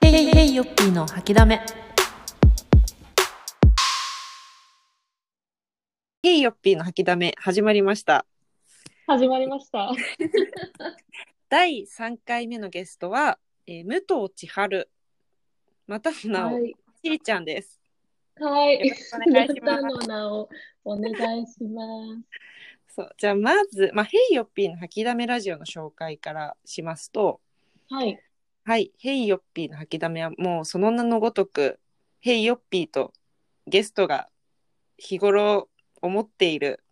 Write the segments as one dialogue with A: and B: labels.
A: ヘイヘイヨッピーの吐きだめ。
B: ヘイヨッピーの吐きだめ始まりました。
C: 始まりました。
B: 第3回目のゲストは、えー、武藤千春、またの名を、
C: はい。
B: ちりちゃんです。
C: はい。
B: よろしくお願いしま
C: またの名をお願いします。
B: す。そうじゃあまず、まあ、ヘイヨッピーの吐きだめラジオの紹介からしますと、
C: はい。
B: はい、ヘイヨッピーの吐きだめはもうその名のごとく、ヘイヨッピーとゲストが日頃思っている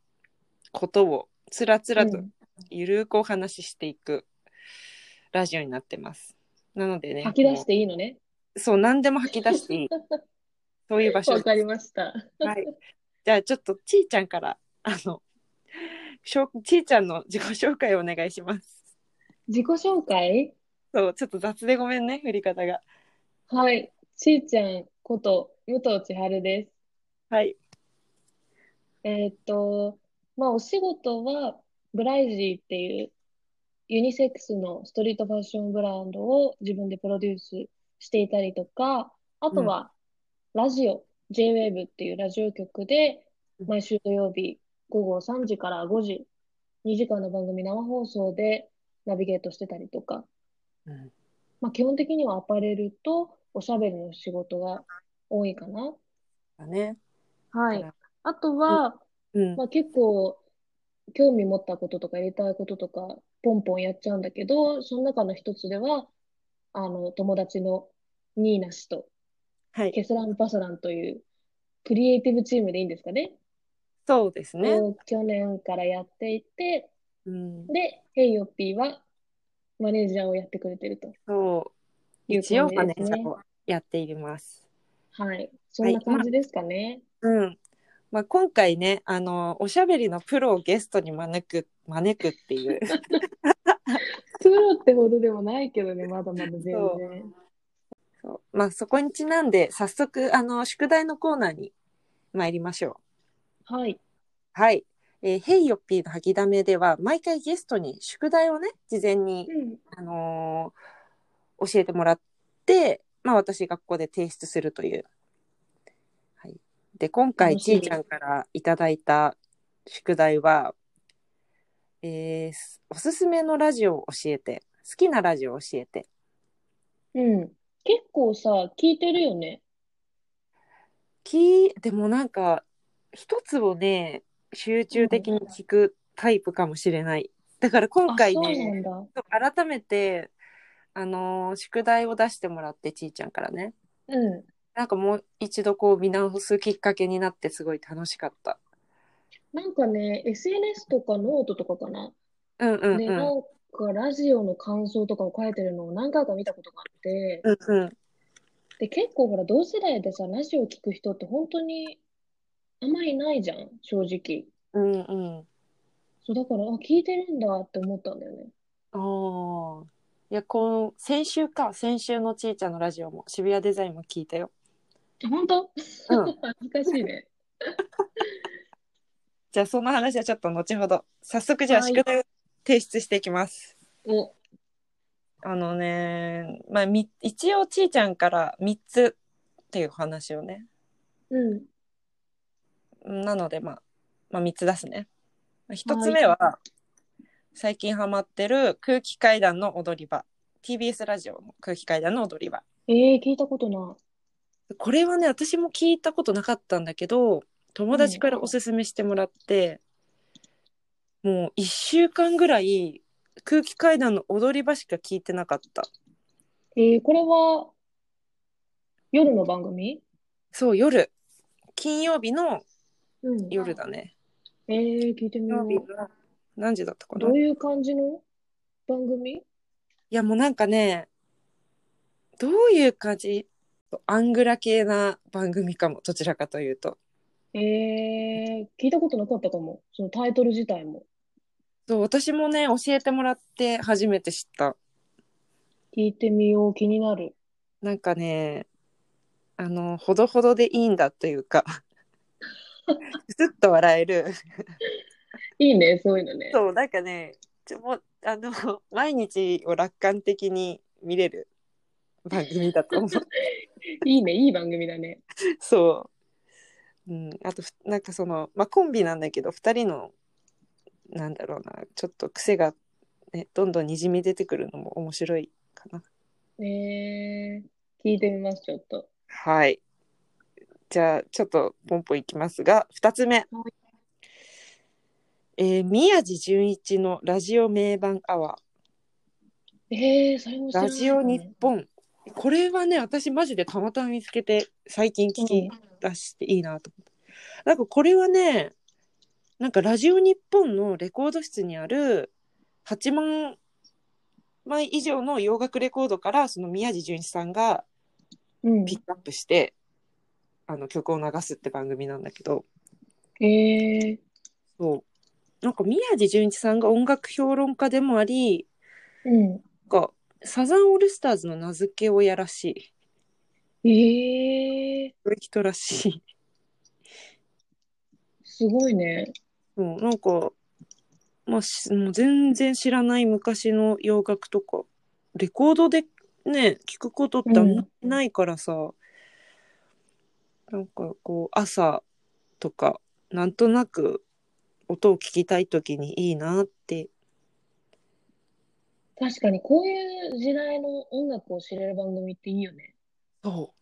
B: ことをつらつらと
C: うん
B: ゆるーくお話ししていくラジオになってます。なのでね、
C: 吐き出していいのね。
B: そう、何でも吐き出していい。 そういう場所
C: わ
B: です。
C: かりました。
B: はい。じゃあ、ちょっとちーちゃんから、あの、しょちーちゃんの自己紹介をお願いします。
C: 自己紹介
B: そう、ちょっと雑でごめんね、振り方が。
C: はい。ちーちゃんこと武藤千春です。
B: はい。
C: えーっと、まあ、お仕事は、ブライジーっていうユニセックスのストリートファッションブランドを自分でプロデュースしていたりとか、あとは、ラジオ、J-WAVE っていうラジオ局で、
B: うん
C: 毎週土曜日午後3時から5時、2時間の番組生放送でナビゲートしてたりとか、
B: うん
C: まあ、基本的にはアパレルとおしゃべりの仕事が多いかな。
B: だね。
C: はい
B: あ。
C: あとは、
B: うん。
C: まあ、結構興味持ったこととかやりたいこととかポンポンやっちゃうんだけどその中の一つではあの友達のニーナ氏と
B: はい。
C: ケスランパスランというクリエイティブチームでいいんですかね
B: そうですね。
C: を去年からやっていて
B: うん。
C: でヘイヨッピーはマネージャーをやってくれてると
B: そう。
C: いう
B: 一応、
C: 感
B: マネ
C: じで
B: ー
C: す
B: ジャー
C: ね。
B: をやっています。
C: はい。そんな感じですかね。
B: うん。まあ、今回ね、あの、おしゃべりのプロをゲストに招く、招くっていう。
C: プロってほどでもないけどね、まだまだ全然。
B: そそうまあ、そこにちなんで、早速、あの、宿題のコーナーに参りましょう。
C: はい。
B: はい。えー、ヘイヨッピーの吐きだめでは、毎回ゲストに宿題をね、事前に、
C: うん。
B: あのー教えてもらって、まあ、私がここで提出するという。はい、で、今回、
C: 楽し
B: ち
C: み
B: いちゃんからいただいた宿題は、えーすおすすめのラジオを教えて、好きなラジオを教えて。
C: うん。結構さ、聞いてるよね。
B: きでもなんか一つをね集中的に聞くタイプかもしれないだから今回ね
C: あ、そうなんだ。
B: 改めてあのー宿題を出してもらってちいちゃんからね
C: うん。
B: なんかもう一度こう見直すきっかけになってすごい楽しかった
C: なんかね、SNS とかノートとかかな。
B: うんうんうん
C: で、なんかラジオの感想とかを書いてるのを何回か見たことがあって、
B: うんうん
C: で、結構ほら、同世代でさ、ラジオ聞く人って本当にあまりないじゃん、正直。
B: うんうん
C: そう、だから、あ、聞いてるんだって思ったんだよね。
B: ああいやこの先週か先週のちいちゃんのラジオも渋谷デザインも聞いたよ
C: あ本
B: う
C: 当
B: ん
C: 恥ずかしいね。
B: じゃあその話はちょっと後ほど早速じゃあ
C: はい
B: 宿題を提出していきます
C: お、
B: あのね、まあ、み一応ちーちゃんから3つっていう話をね
C: うん。
B: なので、まあ、まあ3つ出すね1つ目は、最近ハマってる空気階段の踊り場 TBS ラジオの空気階段の踊り場
C: えー、聞いたことな
B: これはね私も聞いたことなかったんだけど友達からおすすめしてもらって、もう1週間ぐらい空気階段の踊り場しか聞いてなかった
C: い。えー、これは、夜の番組
B: そう夜金曜日の
C: うん。
B: 夜だね
C: えー、聞いてみ
B: 金
C: よ
B: 曜
C: う
B: 日。の何時だったかな
C: ど
B: いう
C: いう感じの番組
B: やもうなんかねどういう感じアングラ系な番組かもどちらかというと
C: えー、聞いたことなかったかも。そのタイトル自体も。
B: そう私もね教えてもらって初めて知った
C: 聞いてみよう、気になる。
B: なんかねあのほどほどでいいんだというかずっと笑える
C: いいね、そういうのね。
B: そうなんかねちょもうあの毎日を楽観的に見れる番組だと思う。
C: いいね、いい番組だね。
B: そう。うん、あとふなんかその、まあ、コンビなんだけど2人のなんだろうなちょっと癖が、ね、どんどんにじみ出てくるのも面白いかな。
C: えー、聞いてみます、ちょっと。
B: はい。じゃあちょっとポンポンいきますが2つ目、
C: はい
B: えー宮地純一のラジオ名盤アワ
C: えー、それも
B: ー
C: 知らな
B: ラ
C: い
B: ジオ日
C: ね。
B: 本これはね私マジでたまたま見つけて最近聞き出していいなと思ってなんかこれはねなんかラジオ日本のレコード室にある8万枚以上の洋楽レコードからその宮地純一さんが
C: うん。
B: ピックアップして、あの曲を流すって番組なんだけど
C: えー、
B: そうなんか宮地純一さんが音楽評論家でもあり
C: うん。
B: なんかサザンオールスターズの名付け親らしい
C: えー、
B: そういう人らしい
C: すごいね。
B: そうなんか、まあ、しもう全然知らない昔の洋楽とかレコードでね聞くことってあんまりないからさ、なんかこう朝とかなんとなく音を聞きたい時にいいなって
C: 確かに、こういう時代の音楽を知れる番組っていいよね。
B: そ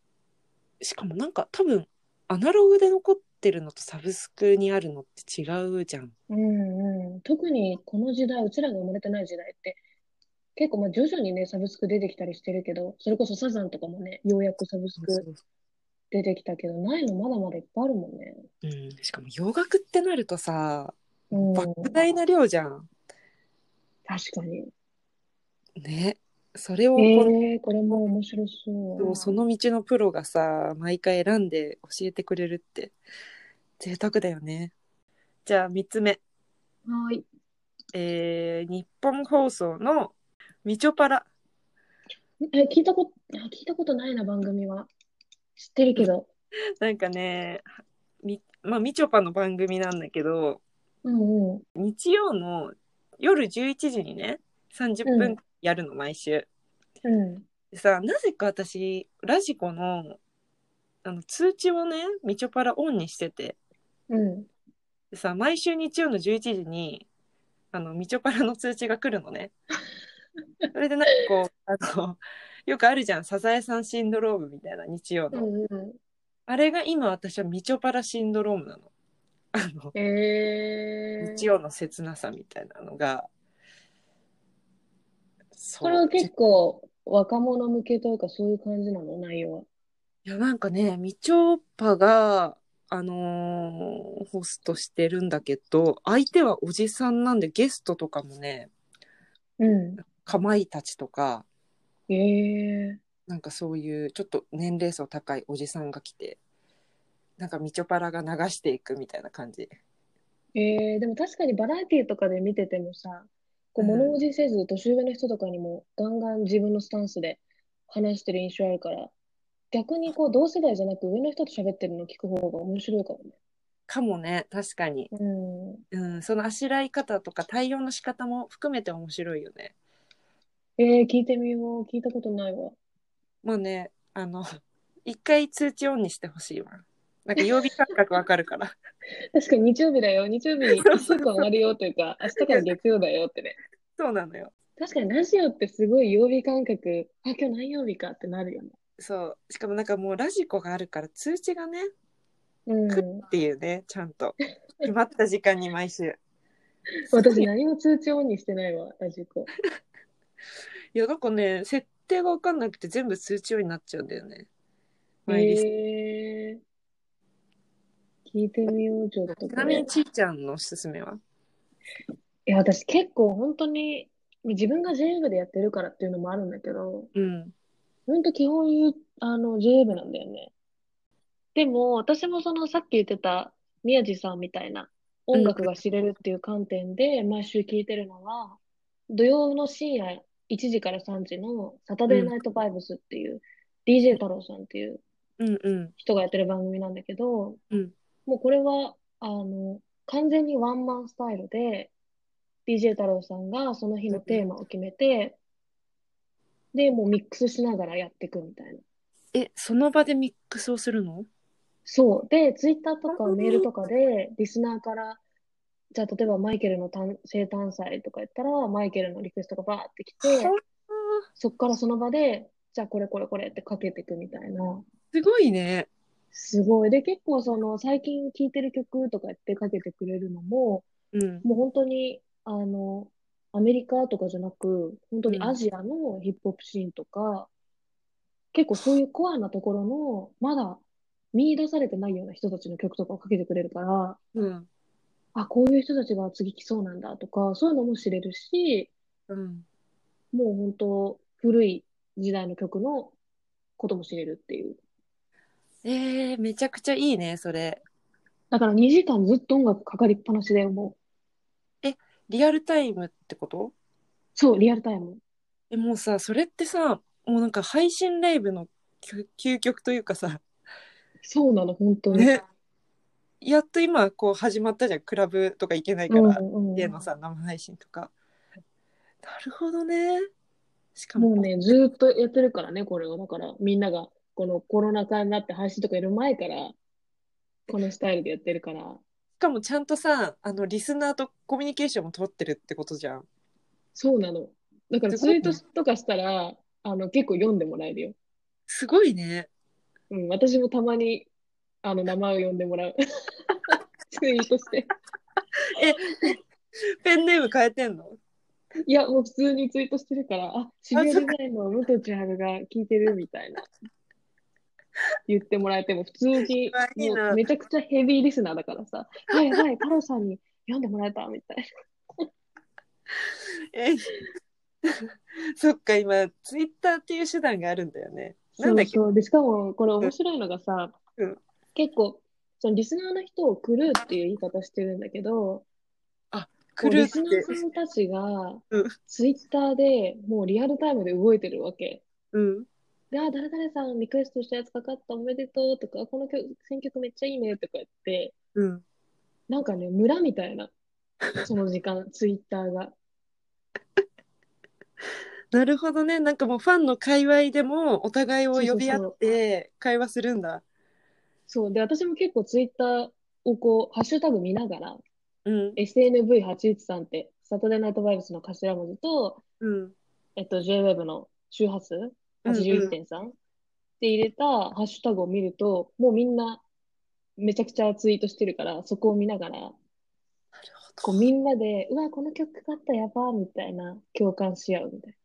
B: うしかもなんか多分アナログで残ってるのとサブスクにあるのって違うじゃん。
C: うんうん。特にこの時代、うちらが生まれてない時代って、結構まあ徐々にね、サブスク出てきたりしてるけど、それこそサザンとかもね、ようやくサブスク出てきたけど、ないのまだまだいっぱいあるもんね。
B: うん、しかも洋楽ってなるとさ
C: うん。
B: 莫大な量じゃん。
C: 確かに。
B: ね。それをこの
C: えー、これも面白そう。
B: その道のプロがさ毎回選んで教えてくれるって贅沢だよね。じゃあ3つ目、
C: はい。
B: えー日本放送の「みちょぱら
C: え、聞いたこと、あ聞いたことないな、番組は。知ってるけど。」
B: なんかねみ,、まあ、みちょぱの番組なんだけど
C: うんうん。
B: 日曜の夜11時にね30
C: うん
B: 分やるの毎週。
C: うん。
B: でさなぜか私ラジコのあの通知をねみちょぱらオンにしてて。
C: うん。
B: でさ毎週日曜の11時にあのみちょぱらの通知が来るの ね。それでなんかこうあのよくあるじゃん「サザエさんシンドローム」みたいな日曜
C: う
B: の、
C: んう
B: あれが今私はみちょぱらシンドロームなの。あの
C: ん。えー。
B: 日曜の切なさみたいなのが。そ
C: これは
B: う
C: 結構若者向けというかそういう感じなの、内容は。
B: いやなんかねみちょぱが、あのーホストしてるんだけど相手はおじさんなんでゲストとかもね
C: うん。
B: かまいたちとか
C: ええ
B: なんかそういうちょっと年齢層高いおじさんが来てなんかみちょぱらが流していくみたいな感じ
C: ええでも確かにバラエティとかで見ててもさ、こう
B: うん
C: 物おじせず年上の人とかにもガンガン自分のスタンスで話してる印象あるから、逆にこう同世代じゃなく上の人と喋ってるの聞く方が面白いかもね。
B: かもね確かに、
C: うん。
B: うん、そのあしらい方とか対応の仕方も含めて面白いよね
C: ええ聞いてみよう。聞いたことないわ。
B: もうねあの一回通知オンにしてほしいわなんか曜日感覚わかるから
C: 確かに日曜日だよ。日曜日に一週間終わるよというか、明日から月曜だよってね。
B: そうなのよ
C: 確かにラジオってすごい曜日感覚、あ、今日何曜日かってなるよね。
B: そうしかもなんかもうラジコがあるから通知がね
C: うん。
B: っていうねちゃんと決まった時間に毎週
C: 私何も通知オンにしてないわ、ラジコ。
B: いやなんかね設定が分かんなくて全部通知用になっちゃうんだよね。マイリスト
C: ええ聞いてみよう、ちょっと
B: ち
C: こ
B: なみ
C: れ。い
B: にちいちゃんのおすすめは
C: や、私結構本当に、自分が JA でやってるからっていうのもあるんだけど、
B: うん
C: 本当基本言う、あの、JA なんだよね。でも、私もそのさっき言ってた宮地さんみたいな音楽が知れるっていう観点で毎週聞いてるのは、土曜の深夜1時から3時のサタデーナイトバイブスっていう、DJ 太郎さんっていう
B: うんうん
C: 人がやってる番組なんだけど、
B: うん
C: もうこれは、あの、完全にワンマンスタイルで、DJ 太郎さんがその日のテーマを決めて、で、もうミックスしながらやっていくみたいな。
B: え、その場でミックスをするの
C: そう。で、ツイッターとかメールとかで、リスナーから、じゃあ、例えばマイケルの誕生誕祭とかやったら、マイケルのリクエストがバーってきて、そっからその場で、じゃあ、これこれこれってかけていくみたいな。
B: すごいね。
C: すごい。で、結構その、最近聴いてる曲とかやってかけてくれるのも、
B: うん。
C: もう本当に、あの、アメリカとかじゃなく、本当にアジアのヒップホップシーンとか、結構そういうコアなところの、まだ見出されてないような人たちの曲とかをかけてくれるから、
B: うん。
C: あ、こういう人たちが次来そうなんだとか、そういうのも知れるし、
B: うん。
C: もう本当古い時代の曲のことも知れるっていう。
B: えー、めちゃくちゃいいね、それ。
C: だから2時間ずっと音楽かかりっぱなしでもう、
B: リアルタイムってこと
C: そう、リアルタイム。
B: え、もうさ、それってさ、もうなんか配信ライブの究究極というかさ、
C: そうなの、本当に。
B: ね やっと今こう始まったじゃん、クラブとか行けないか
C: うん
B: ら、
C: うん
B: 家のさ、生配信とか。なるほどね。しか
C: も
B: も、
C: うね、ずーっとやってるからね、これを。だから、みんなが、このコロナ禍になって配信とかやる前から、このスタイルでやってるから。
B: しかもちゃんとさ、あの、リスナーとコミュニケーションも取ってるってことじゃん。
C: そうなの。だから、
B: す
C: ツ
B: ごい
C: イ
B: ね
C: ートとかしたら、あの、結構読んでもらえるよ。
B: すごいね。
C: うん、私もたまに、あの、名前を呼んでもらう。 ツイートして。
B: ペンネーム変えてんの
C: いや、もう普通にツイートしてるから、あ、シビアデザインの武藤千春が聞いてるみたいな。言ってもらえても、普通に、
B: うわいい
C: も
B: な
C: うめちゃくちゃヘビーリスナーだからさ、はいはい、太郎さんに読んでもらえたみたいな。
B: え、そっか、今、ツイッターっていう手段があるんだよね。なんだっけ
C: そうそう。で、しかも、これ面白いのがさ、
B: うん
C: 結構、そのリスナーの人をクルーっていう言い方してるんだけど、
B: 来
C: もう
B: るっ
C: リスナー
B: て。
C: さんたちが
B: うん、
C: ツイッターでもうリアルタイムで動いてるわけ。
B: うん。
C: で、あ、誰々さんリクエストしたやつかかった、おめでとうとか、この曲、選曲めっちゃいいねとか言って、
B: うん。
C: なんかね、村みた いな、その時間、ツイッターが。
B: なるほどね。なんかもうファンの界隈でもお互いを呼び合って会話するんだ。
C: そう。で、私も結構ツイッターをこう、ハッシュタグ見ながら、
B: うん。
C: SNV813 って、サタデーナイトバイブスの頭文字と、
B: うん。
C: えっと、JWEB の周波数
B: うん
C: ?81.3? って入れたハッシュタグを見ると、もうみんな、めちゃくちゃツイートしてるから、そこを見ながら、こうみんなで、うわ、この曲かかった、やばー、みたいな、共感し合うみたいな。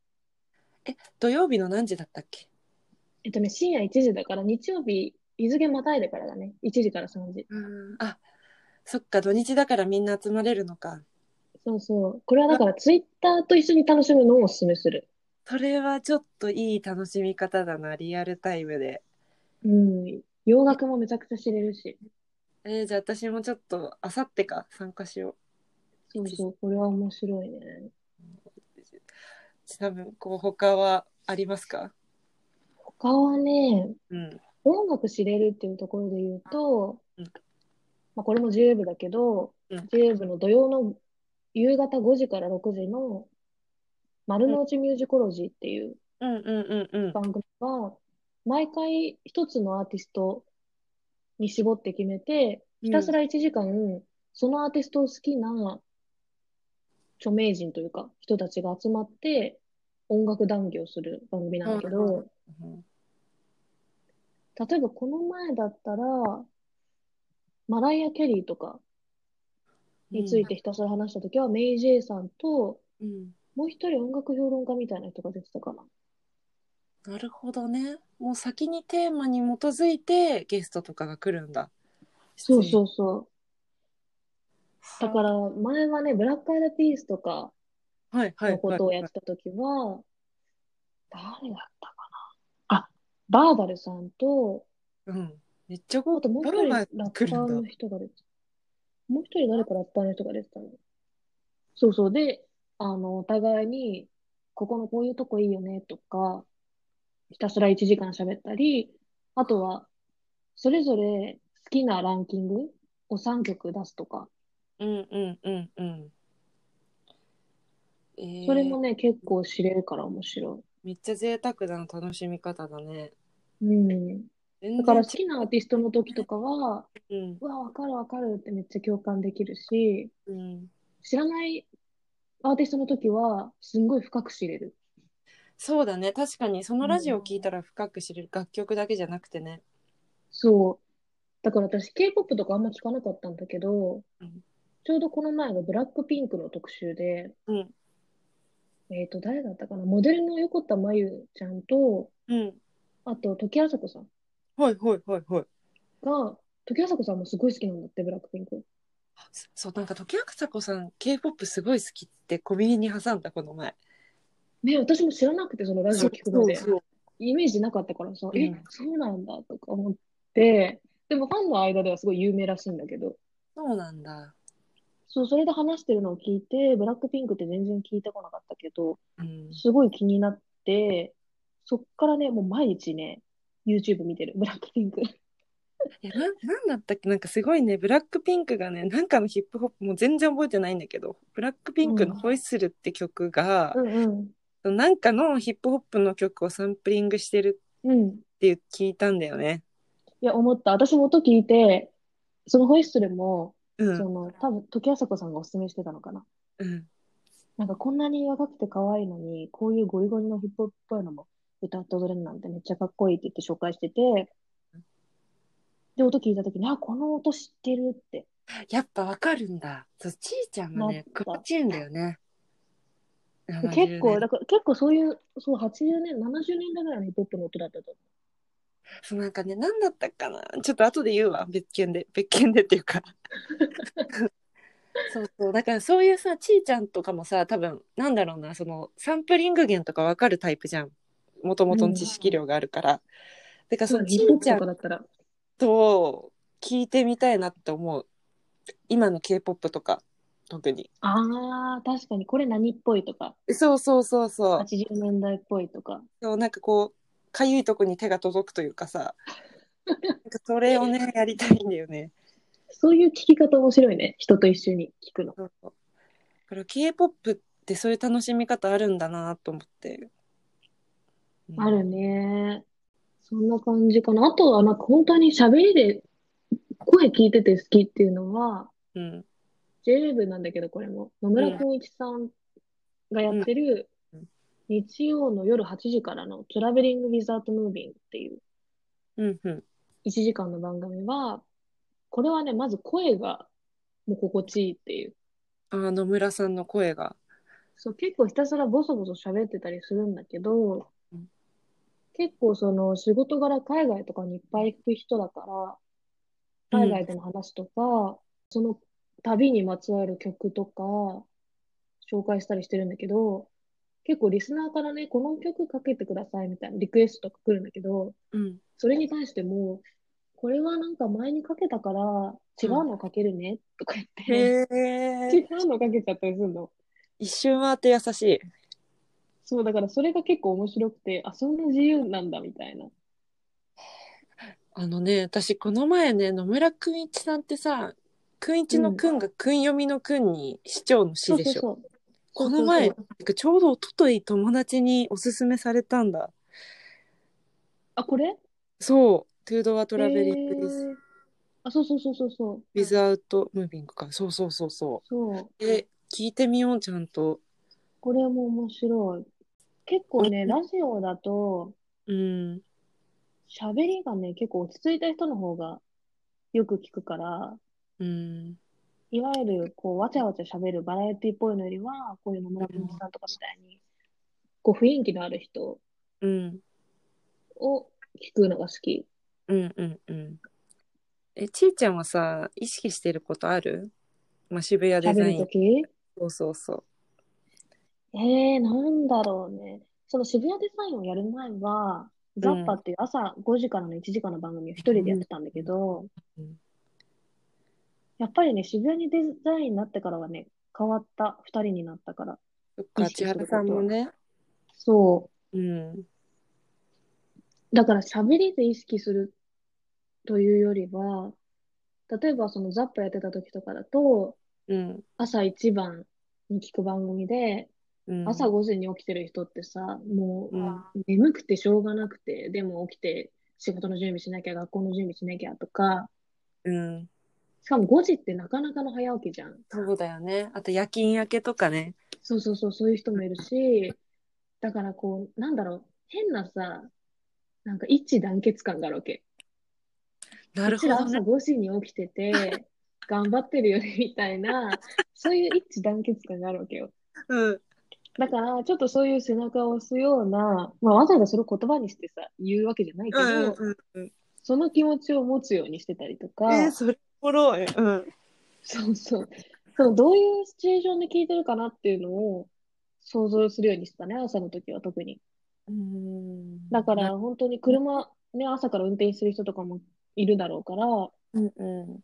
B: 土曜日の何時だったっけ
C: えっとね、深夜1時だから、日曜日、日付またいでからだね。1時から3時。
B: あ、そっか、土日だからみんな集まれるのか。
C: そうそう。これはだから、ツイッターと一緒に楽しむのをおすすめする。
B: それはちょっといい楽しみ方だな、リアルタイムで。
C: うん。洋楽もめちゃくちゃ知れるし。
B: えーじゃあ私もちょっと、あさってか、参加しよう。
C: そうそう。これは面白いね。
B: ちなみに、こう、他はありますか
C: 他はね、
B: うん。
C: 音楽知れるっていうところで言うと
B: うん、
C: まあ、これも j 部だけど、
B: うん
C: j 部の土曜の夕方5時から6時の丸の内ミュージコロジーっていう
B: うんうんうんうん。
C: 番組は、毎回一つのアーティストに絞って決めて、ひたすら1時間、そのアーティストを好きな著名人というか、人たちが集まって、音楽談義をする番組なんだけ
B: うんうん
C: ど、例えばこの前だったら、マライア・キャリーとかについてひたすら話したときは、メイ・ジェイさんと、
B: うん。
C: もう一人音楽評論家みたいな人が出てたかな。
B: なるほどね。もう先にテーマに基づいてゲストとかが来るんだ。
C: そう
B: う。
C: そうそう。だから、前はね、ブラック・アイド・ピースとか
B: はいはい
C: の
B: は
C: こ
B: い
C: とをやってたときは、誰だったかな。あ、バーバルさんと、
B: うん。めっちゃ
C: あ
B: 豪華。
C: ともう一
B: バ
C: 人
B: ラ
C: ラ
B: が
C: ッパ
B: 来る
C: ー
B: んだ
C: の。人が出てた。もう一人誰かラッパーの人が出てたの。そうそう。で、あの、お互いに、ここのこういうとこいいよねとか、ひたすら1時間喋ったり、あとは、それぞれ好きなランキングを3曲出すとか、
B: うんうんうんうん。えー
C: それもね、結構知れるから面白い。
B: めっちゃ贅沢な楽しみ方だね。
C: うん。
B: 全
C: だ
B: 然
C: から好
B: 違
C: きなアーティストの時とかは、
B: う、うん
C: うわ、わかるわかるってめっちゃ共感できるし、
B: うん、
C: 知らないアーティストの時は、すんごい深く知れる。
B: そうだね確かにそのラジオを聞いたら深く知れる、楽曲だけじゃなくてね。
C: そう。だから私、K-POP とかあんま聞かなかったんだけど
B: うん、
C: ちょうどこの前がブラックピンクの特集で、
B: うん
C: えっと、誰だったかなモデルの横田真由ちゃんと、
B: うん、
C: あと、時あさこさん
B: はいはいはいはい。
C: が、時あさこさんもすごい好きなんだって、ブラックピンク。
B: そそうなんか時あさこさん K-POP すごい好きって小耳に挟んだこの前。
C: ね、私も知らなくて、そのラジオ聞くまで。
B: そう
C: イメージなかったからさ、
B: うん
C: え、そうなんだとか思って、でもファンの間ではすごい有名らしいんだけど、
B: そうなんだ。
C: そう、それで話してるのを聞いて、ブラックピンクって全然聞いてこなかったけど、
B: うん、
C: すごい気になって、そっからね、もう毎日ね、YouTube 見てる、ブラックピンク。
B: いやななんだったっけなんかすごいねブラックピンクがねなんかのヒップホップもう全然覚えてないんだけどブラックピンクの「ホイッスル」って曲が
C: う、ん
B: なんかのヒップホップの曲をサンプリングしてる
C: うん。うん。
B: って聞いたんだよね。
C: いや、思った。私も音聞いて、そのホイッスルも、
B: う
C: そ
B: ん、
C: の、多分、時あさこさんがおすすめしてたのかな。
B: うん、
C: なんかこんなに若くて可愛いのに、こういうゴリゴリのヒップホップっぽいのも歌って踊れるなんてめっちゃかっこいいって言って紹介してて、で、音聞いた時に、あ、この音知ってるって。
B: やっぱわかるんだそうちーちゃんがね
C: なった
B: 詳しいんだよね。
C: 結
B: 70
C: 構、
B: 年
C: だから結構そういう、そう、80年、70年代ぐらいのヒップホップの音だったと思
B: そうなんかね何だったかなちょっと後で言うわ別件で別件でっていうかそうそうだからそういうさちーちゃんとかもさ多分なんだろうなそのサンプリング源とかわかるタイプじゃんもともとの知識量があるから、だから
C: う。
B: その
C: ヒ
B: ち
C: ップホッ
B: ー
C: プ
B: ちゃ
C: と
B: ん
C: かだったら。
B: と聞いてみたいなって思う今の k p o p とか特に
C: ああ、確かに、これ何っぽいとか、
B: そうそうそうそう
C: 80年代っぽいとか。
B: そうなんかこうかゆいとこに手が届くというかさなんかそれをねやりたいんだよね
C: そういう聞き方面白いね。人と一緒に聞くの。
B: そうだから K-POP ってそういう楽しみ方あるんだなと思って。うん
C: あるね。そんな感じかな。あとは、なんか本当に喋りで声聞いてて好きっていうのは、
B: うん。
C: J-WAVE なんだけど、これも。野村光一さんがやってる
B: うん、
C: 日曜の夜8時からのトラベリング・ウィザート・ムービングっていう
B: うんうん。
C: 1時間の番組は、これはね、まず声がもう心地いいっていう。
B: あ野村さんの声が。
C: そう、結構ひたすらボソボソ喋ってたりするんだけど
B: うん、
C: 結構その仕事柄海外とかにいっぱい行く人だから、海外での話とか、その旅にまつわる曲とか、紹介したりしてるんだけど、結構リスナーからね、この曲かけてくださいみたいなリクエストとか来るんだけど、
B: うん。
C: それに対しても、これはなんか前にかけたから違うのかけるねとか言って、
B: へ
C: 違
B: え。
C: うのかけちゃったりするの。
B: 一瞬回って優しい。
C: そう、だからそれが結構面白くて、あ、そんな自由なんだみたいな。
B: あのね、私この前ね、野村くんいちさんってさ、くんいちのくんがくん読みのくんに市長の市
C: そう
B: で
C: そう
B: しょ。
C: そう。
B: この前、
C: そうそうそう
B: なんかちょうどおととい友達におすすめされたんだ。
C: あ、これ
B: そう。トゥードアトラベリングです。
C: へーあ、そうそうそうそうそう。
B: ウィズアウトムービングか。そうそうそうそう。
C: そう。
B: え、聞いてみよう、ちゃんと。
C: これも面白い。結構ね、ラジオだと、
B: うん。
C: 喋りがね、結構落ち着いた人の方がよく聞くから、
B: うん。
C: いわゆる、こう、わちゃわちゃ喋るバラエティっぽいのよりは、こういう野村文一さんとかみたいに、こう、雰囲気のある人
B: うん。
C: を聞くのが好き。
B: うん。うん。うん。え、ちーちゃんはさ、意識してることあるまあ、渋谷デ
C: 喋
B: ザ
C: る
B: イ
C: と
B: ン。
C: き
B: そうそうそ
C: えー、なんだろうね。その渋谷デザインをやる前は、ザッパっていう朝5時からの1時間の番組を一人でやってたんだけど
B: うん、
C: やっぱりね、渋谷にデザインになってからはね、変わった2人になったから。
B: う。そっか、
C: 意識
B: 千
C: すること
B: 原さんもね。
C: そ
B: うん。
C: う。だから喋りで意識するというよりは、例えばそのザッパやってた時とかだと、
B: うん。
C: 朝一番に聞く番組で、
B: うん
C: 朝5時に起きてる人ってさ、もう
B: うん
C: 眠くてしょうがなくて、でも起きて仕事の準備しなきゃ、学校の準備しなきゃとか、
B: うん
C: しかも5時ってなかなかの早起きじゃん。
B: そうだよねあと夜勤明けとかね
C: そうそうそう、そういう人もいるし、だからこう、なんだろう、変なさ、なんか一致団結感があるわけ。
B: なるほ
C: う
B: ど
C: ちら
B: ね
C: 朝5時に起きてて、頑張ってるよね、みた いな、そういう一致団結感があるわけよ。
B: うん
C: だから、ちょっとそういう背中を押すような、まあ、わざわざそれを言葉にしてさ、言うわけじゃないけ
B: う
C: ど、
B: んうんうん
C: その気持ちを持つようにしてたりとか、
B: えー、それおもろいうん
C: そうそう。そのどういうシチュエーションで聞いてるかなっていうのを想像するようにしてたね、朝の時は特に。
B: うん
C: だから、本当に車、ね、朝から運転する人とかもいるだろうから、
B: うんう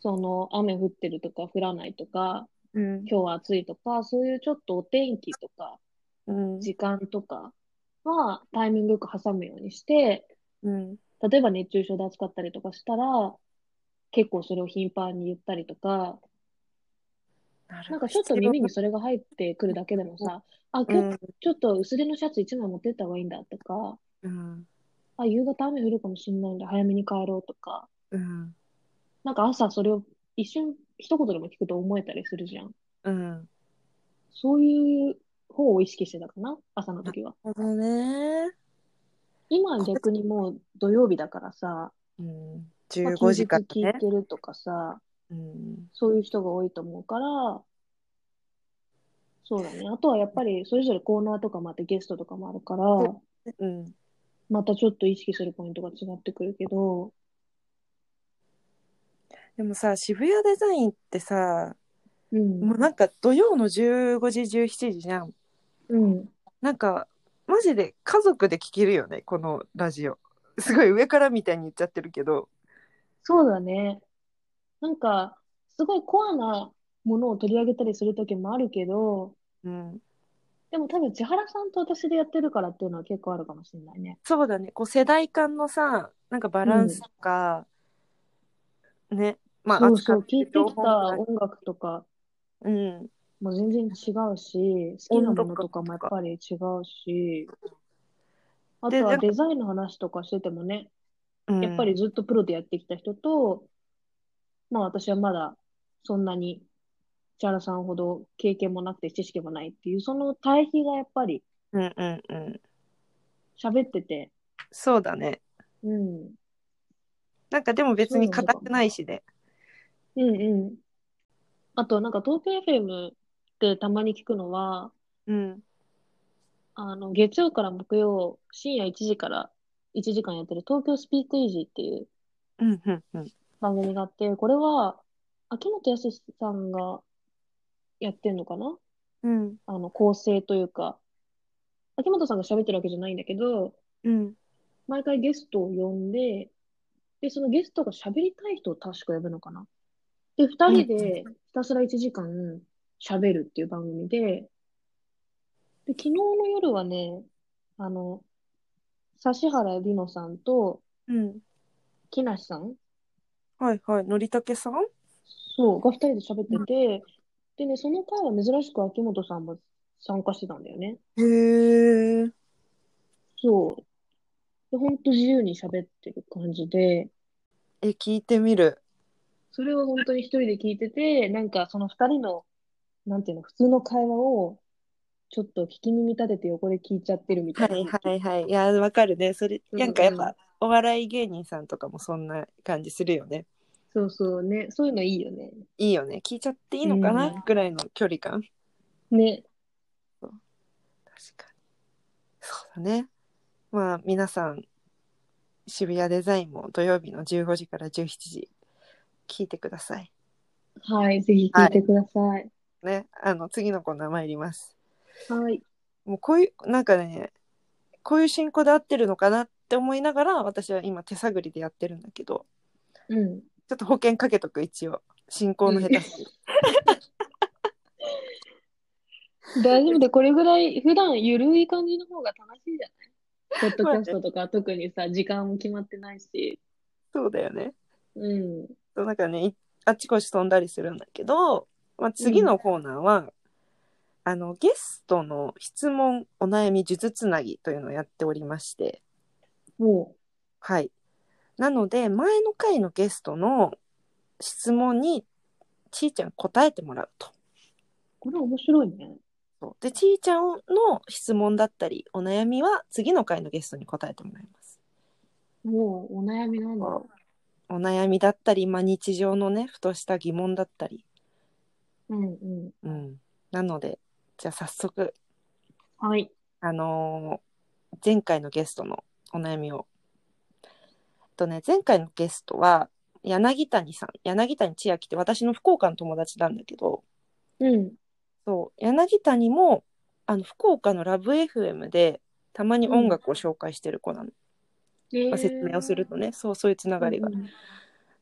C: その、雨降ってるとか降らないとか、
B: んうん
C: 今日は暑いとか、そういうちょっとお天気とか、
B: うん
C: 時間とかはタイミングよく挟むようにして、
B: うん
C: 例えば熱中症で暑かったりとかしたら、結構それを頻繁に言ったりとか、
B: なる
C: なんかちょっと耳にそれが入ってくるだけでもさ、あ、
B: う
C: 今
B: ん
C: 日ちょっと薄手のシャツ1枚持ってった方がいいんだとか、
B: うん
C: あ、夕方雨降るかもしれないんで早めに帰ろうとか、
B: うん
C: なんか朝それを一瞬一言でも聞くと思えたりするじゃん。
B: うん
C: そういう方を意識してたかな、朝の時は。
B: なるほどね。
C: 今は逆にもう土曜日だからさ、
B: うん、
C: まあ
B: 15時から
C: 休日
B: ね
C: 聞い。てるとかさ、
B: うん、
C: そういう人が多いと思うから、そうだね。あとはやっぱりそれぞれコーナーとかもあってゲストとかもあるから、
B: うん、
C: またちょっと意識するポイントが違ってくるけど、
B: でもさ渋谷デザインってさ
C: うん。
B: もうなんか土曜の15時17時じゃん
C: うん。
B: なんかマジで家族で聴けるよねこのラジオすごい上からみたいに言っちゃってるけど
C: そうだね。なんか、すごいコアなものを取り上げたりする時もあるけど、
B: うん、
C: でも多分千原さんと私でやってるからっていうのは結構あるかもしれないね。
B: そうだねこう世代間のさなんかバランスとか、ねまあ
C: そうそう、
B: 扱
C: 聞い
B: ってる
C: き
B: 情報
C: た
B: も
C: 音楽とか、
B: うん、
C: もう全然違うし、好きなものとかもやっぱり違うし、あ
B: で
C: とは
B: で
C: デザインの話とかしててもね、
B: うん、
C: やっぱりずっとプロでやってきた人と、まあ私はまだそんなに、千原さんほど経験もなくて知識もないっていう、その対比がやっぱり
B: うんうんうん
C: 喋ってて、
B: そうだね
C: うん、
B: なんかでも別に硬くないしで、
C: うんうん。あとなんか東京 FM ってたまに聞くのは、
B: うん
C: あの、月曜から木曜、深夜1時から1時間やってる東京スピークイージーっていう
B: うんうんうん
C: 番組があって、これは、秋元康さんがやってんのかな
B: うん
C: あの、構成というか、秋元さんが喋ってるわけじゃないんだけど、
B: うん
C: 毎回ゲストを呼んで、で、そのゲストが喋りたい人を確か呼ぶのかなで、二人でひたすら1時間喋るっていう番組で、で、昨日の夜はね、あの、指原莉乃さんと
B: うん
C: 木梨さん
B: はいはい、のりたけさん
C: そう、が二人で喋ってて、でね、その回は珍しく秋元さんも参加してたんだよね。
B: へえ。
C: そう。で、ほんと自由に喋ってる感じで、
B: え、聞いてみる。
C: それを本当に一人で聞いてて、なんかその二人の、なんていうの、普通の会話を、ちょっと聞き耳立てて横で聞いちゃってるみた
B: はい
C: な。
B: いはいはい。いや、わかるね。それ、
C: うん
B: なんかやっぱ、お笑い芸人さんとかもそんな感じするよね。
C: そうそうね。そういうのいいよね。
B: いいよね。聞いちゃっていいのかな、
C: うん
B: ぐらいの距離感。
C: ね。
B: 確かに。そうだね。まあ、皆さん、渋谷デザインも土曜日の15時から17時、聞いてください。
C: はい。ぜひ聞いてください。
B: ね。あの、次のコーナー参ります。
C: はい。
B: もうこういう、なんかね、こういう進行で合ってるのかなって思いながら、私は今手探りでやってるんだけど、
C: うん。
B: ちょっと保険かけとく、一応。進行の下手すぎ。
C: 大丈夫で、これぐらい、普段ゆるい感じの方が楽しいじゃないポッドキャストとか特にさ、時間も決まってないし。
B: そうだよね。
C: うん。
B: そうなんかね、いあっちこっち飛んだりするんだけど、まあ、次のコーナーは、あのゲストの質問お悩み数珠つなぎというのをやっておりまして
C: も
B: はいなので前の回のゲストの質問にちーちゃん答えてもらうと
C: う、これ面白いね。
B: そうでちーちゃんの質問だったりお悩みは次の回のゲストに答えてもらいます
C: もう、お悩みなんだろ
B: お悩みだったり、まあ、日常のねふとした疑問だったり、
C: う。うんう
B: うん、なのでじゃあ早速
C: ん。はい。
B: あのー前回のゲストのお悩みを。えっとね、前回のゲストは柳谷さん、柳谷千秋って私の福岡の友達なんだけど、
C: うん。
B: そう、柳谷もあの福岡のラブ FM でたまに音楽を紹介してる子なの。まあ説明をするとね、そう、そういうつながりが。
C: うんうん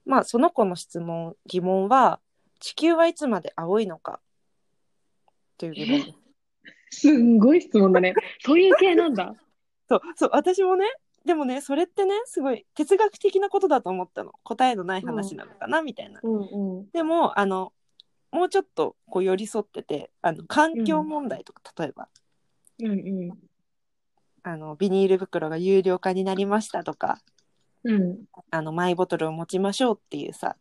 B: まあ、その子の質問、疑問は、地球はいつまで青いのかという疑問です。
C: すんごい質問だね。 そういう系なんだ。
B: そう、そう、私もね、でもね、それってね、すごい哲学的なことだと思ったの。答えのない話なのかな、みたいな。
C: うんうん。
B: でも、あの、もうちょっとこう寄り添ってて、あの、環境問題とか、例えば、
C: うんうん。
B: あの、ビニール袋が有料化になりましたとか、
C: うん。
B: あの、マイボトルを持ちましょうっていうさ、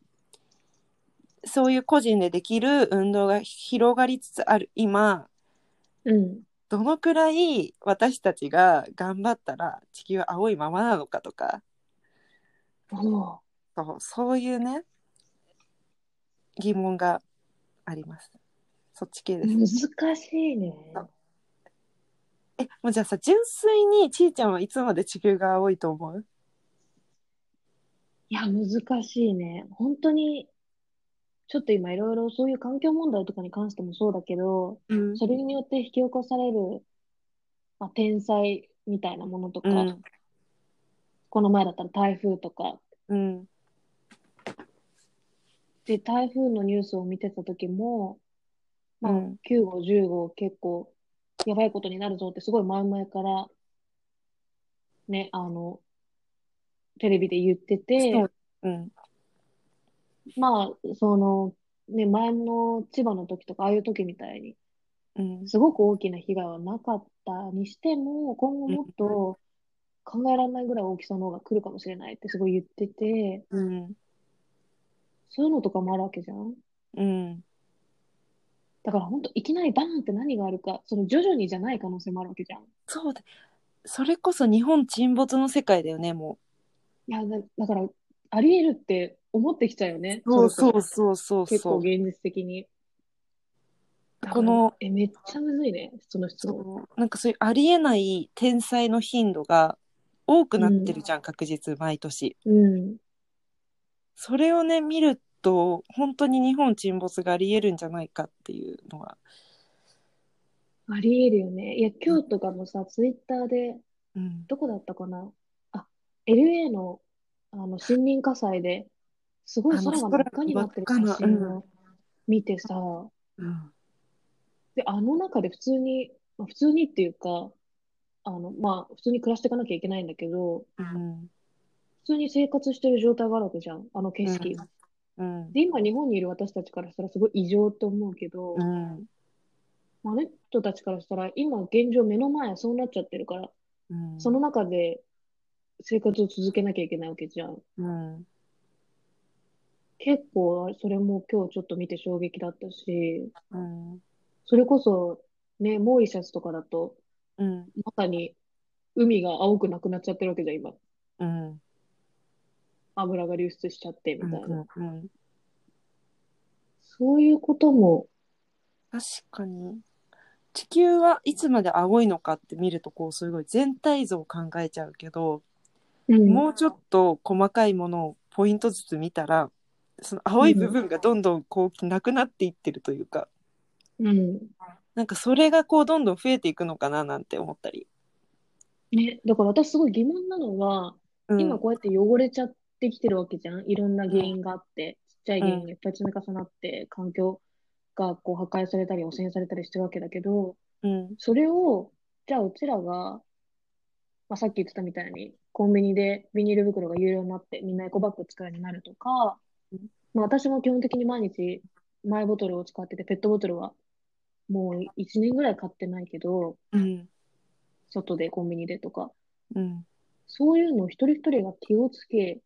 B: そういう個人でできる運動が広がりつつある今、
C: うん。
B: どのくらい私たちが頑張ったら地球は青いままなのかとか、
C: おー
B: そう、そういうね、疑問があります。そっち系です。
C: 難しいね。
B: え、もうじゃあさ、純粋にちーちゃんはいつまで地球が青いと思う
C: いや、難しいね。本当に、ちょっと今いろいろそういう環境問題とかに関してもそうだけど、
B: うん
C: それによって引き起こされる、まあ、天災みたいなものとか、
B: うん。
C: この前だったら台風とか、
B: うん。
C: で、台風のニュースを見てた時も、まあ、
B: うん
C: 9号、10号結構やばいことになるぞってすごい前々から、ね、あの、テレビで言ってて、
B: そううん。
C: まあ、その、ね、前の千葉の時とか、ああいう時みたいに、
B: うん。
C: すごく大きな被害はなかったにしても、今後もっと考えられないぐらい大きさの方が来るかもしれないってすごい言ってて、
B: うん。
C: そういうのとかもあるわけじゃん。
B: うん。
C: だから本当、いきなりバーンって何があるか、その徐々にじゃない可能性もあるわけじゃん。
B: そうだ。それこそ日本沈没の世界だよね、も
C: いや、だ、だから、あり得るって思ってきちゃうよね。
B: う。そう
C: ろ
B: そ
C: ろ
B: うそうそう
C: 結
B: そ
C: 構
B: う。
C: 現実的に。だから
B: この、
C: え、めっちゃむずいね、その質問。
B: そうなんかそういうありえない天才の頻度が多くなってるじゃん、確実、毎年。
C: うん。
B: それをね見ると本当に日本沈没があり得るんじゃないかっていうのは、
C: あり得るよね。いや、今日とかもさ、ツイッターで、
B: うん、
C: どこだったかなあ、LA の、あの森林火災で、すごい
B: あの
C: 空が真っ赤になってる
B: 空が真っ
C: 写
B: 赤な
C: 真を見てさ、
B: うん
C: で、あの中で普通に、まあ普通にっていうか、あの、まあ、普通に暮らしていかなきゃいけないんだけど、
B: うん
C: 普通に生活してる状態があるわけじゃん、あの景色。
B: うん
C: で、今日本にいる私たちからしたらすごい異常って思うけど、
B: うん
C: まああの人たちからしたら今現状目の前そうなっちゃってるから、
B: うん
C: その中で生活を続けなきゃいけないわけじゃん。
B: うん
C: 結構、それも今日ちょっと見て衝撃だったし、
B: うん
C: それこそ、ね、モーリシャスとかだと、
B: うん
C: まさに海が青くなくなっちゃってるわけじゃん、今。
B: うん
C: 油が流出しちゃって、み
B: う
C: たいな。
B: んうん
C: そういうことも、
B: 確かに地球はいつまで青いのかって見るとこうすごい全体像を考えちゃうけど、
C: うん
B: もうちょっと細かいものをポイントずつ見たらその青い部分がどんどんこうなくなっていってるというか、
C: うん。
B: なんかそれがこうどんどん増えていくのかななんて思ったり。
C: ね、だから私すごい疑問なのは、
B: うん
C: 今こうやって汚れちゃってきてるわけじゃん。いろんな原因があって、ちっちゃい原因がいっぱい積み重なって、環境がこう破壊されたり汚染されたりしてるわけだけど、
B: うん
C: それを、じゃあうちらが、まあ、さっき言ってたみたいに、コンビニでビニール袋が有料になって、みんなエコバッグ使うようになるとか
B: うん、
C: まあ、私も基本的に毎日マイボトルを使ってて、ペットボトルはもう1年ぐらい買ってないけど、
B: うん。
C: 外でコンビニでとか、
B: うん。
C: そういうのを一人一人が気をつけ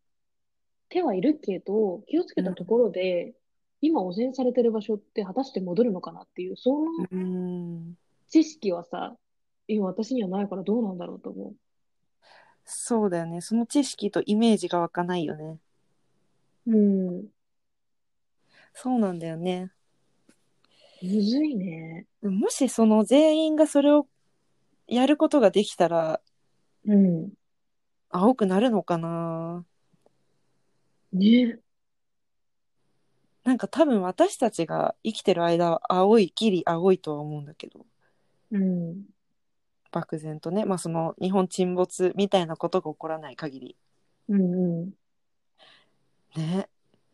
C: てはいるけど、気をつけたところで、今汚染されてる場所って果たして戻るのかなっていう、その
B: うん。
C: 知識はさ、今私にはないからどうなんだろうと思う。
B: そうだよね。その知識とイメージが湧かないよね。
C: うん。
B: そうなんだよね。
C: むずいね。
B: でももしその全員がそれをやることができたら、
C: うん。
B: 青くなるのかな
C: ね。
B: なんか多分私たちが生きてる間は青いきり青いとは思うんだけど
C: うん。
B: 漠然とねまあその日本沈没みたいなことが起こらない限り
C: うんうん。
B: ね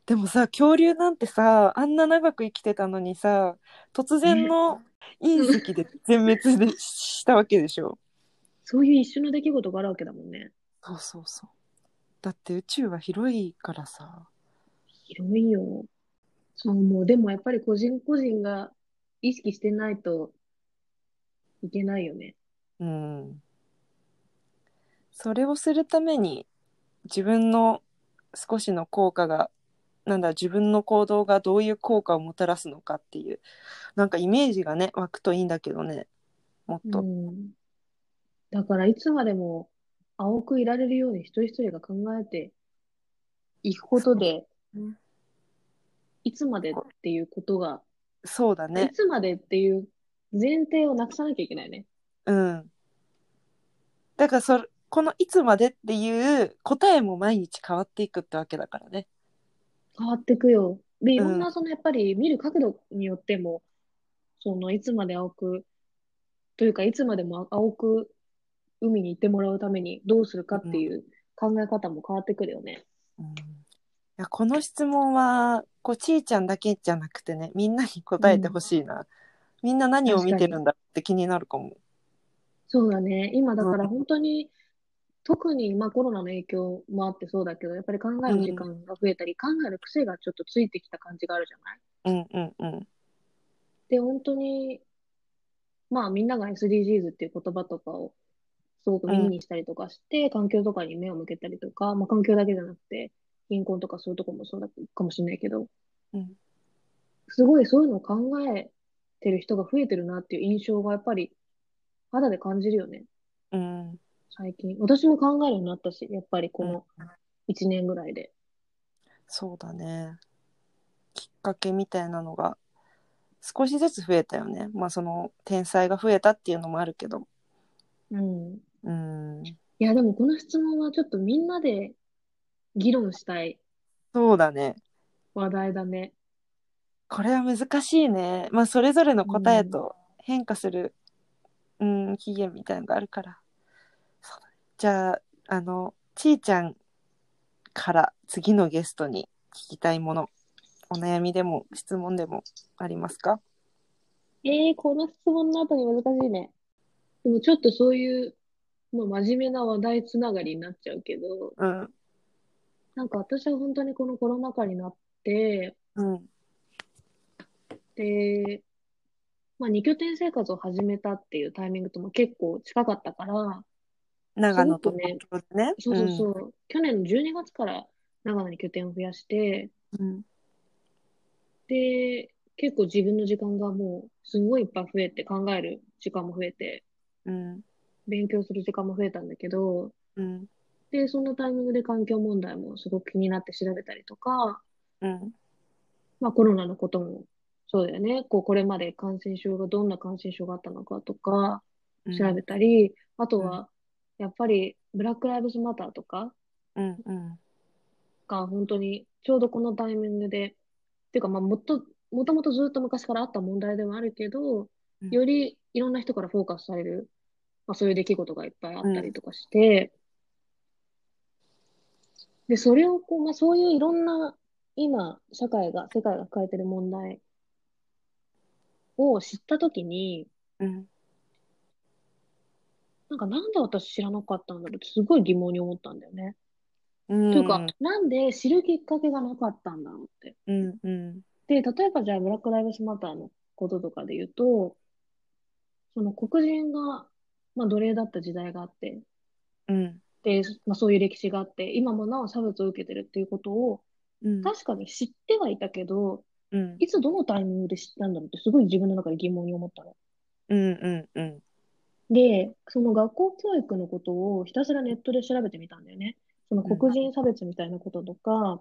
B: でもさ恐竜なんてさあんな長く生きてたのにさ突然の隕石で全滅でしたわけでしょ
C: そういう一瞬の出来事があるわけだもんね。
B: そうそうそうだって宇宙は広いからさ
C: 広いよ。そう、もう、でもやっぱり個人個人が意識してないといけないよね。
B: うんそれをするために自分の少しの効果がなんだ自分の行動がどういう効果をもたらすのかっていうなんかイメージがね湧くといいんだけどねもっ
C: う
B: と、
C: ん。だからいつまでも青くいられるように一人一人が考えていくことで
B: そうね、
C: いつまでっていうことが、
B: そうだ
C: い
B: ね
C: つまでっていう前提をなくさなきゃいけないね。
B: うんだからそれこのいつまでっていう答えも毎日変わっていくってわけだからね
C: 変わってくよ。で、いろん
B: う
C: な、その、やっぱり見る角度によっても、その、いつまで青く、というか、いつまでも青く海に行ってもらうためにどうするかっていう考え方も変わってくるよね。
B: うんいやこの質問はこうちーちゃんだけじゃなくてねみんなに答えてほしいな、みんな何を見てるんだって気になるかも
C: そうだね。今、だか
B: う
C: ら
B: ん
C: 本当に、特に、まあ、コロナの影響もあってそうだけど、やっぱり考える時間が増えたり、考える癖がちょっとついてきた感じがあるじゃない
B: うんうんうん
C: で、本当に、まあみんなが SDGs っていう言葉とかをすごく耳にしたりとかして、環境とかに目を向けたりとか、まあ環境だけじゃなくて、貧困とかそういうとこもそうだかもしれないけど、
B: うん
C: すごいそういうのを考えてる人が増えてるなっていう印象がやっぱり肌で感じるよね、
B: うん
C: 最近。私も考えるようになったし、やっぱりこの1年ぐらいで。
B: そうだねきっかけみたいなのが少しずつ増えたよねまあその天才が増えたっていうのもあるけど
C: うん。
B: うん
C: いや、でもこの質問はちょっとみんなで議論したい
B: そうだね
C: 話題だね。
B: これは難しいねまあそれぞれの答えと変化する、うん、期限みたいなのがあるからそうだねじゃああのちーちゃんから次のゲストに聞きたいものお悩みでも質問でもありますか
C: えー、この質問の後に難しいね。でもちょっとそういう、まあ、真面目な話題つながりになっちゃうけど、
B: うん
C: なんか私は本当にこのコロナ禍になって、
B: うん
C: で、まあ、二拠点生活を始めたっていうタイミングとも結構近かったから、
B: 長野と
C: すごくね
B: 東京でね
C: そうそうそう、去年の12月から長野に拠点を増やして、
B: うん
C: で、結構自分の時間がもうすごいいっぱい増えて、考える時間も増えて、
B: うん
C: 勉強する時間も増えたんだけど、
B: うん
C: で、そのタイミングで環境問題もすごく気になって調べたりとか、
B: うん
C: まあコロナのこともそうだよね。こう、これまで感染症がどんな感染症があったのかとか
B: うん
C: 調べたり、あとはやっぱりブラック・ライブズ・マターとか
B: うんうん
C: が本当にちょうどこのタイミングで、っていうかまあもっと、もともとずっと昔からあった問題ではあるけど
B: うん、
C: よりいろんな人からフォーカスされる、まあそういう出来事がいっぱいあったりとかして、で、それをこう、まあ、そういういろんな、今、社会が、世界が抱えてる問題を知ったときに、
B: うん
C: なんかなんで私知らなかったんだろうってすごい疑問に思ったんだよね。
B: うん
C: というか、なんで知るきっかけがなかったんだろうって。
B: うんうん
C: で、例えばじゃあ、ブラック・ライブスマターのこととかで言うと、その黒人が、まあ、奴隷だった時代があって、
B: うん。
C: で、まあ、そういう歴史があって、今もなお差別を受けてるっていうことを、
B: うん。
C: 確かに知ってはいたけど、
B: うん。
C: いつどのタイミングで知ったんだろうって、すごい自分の中で疑問に思ったの。
B: うん。うん。うん。
C: で、その学校教育のことをひたすらネットで調べてみたんだよね。その黒人差別みたいなこととか、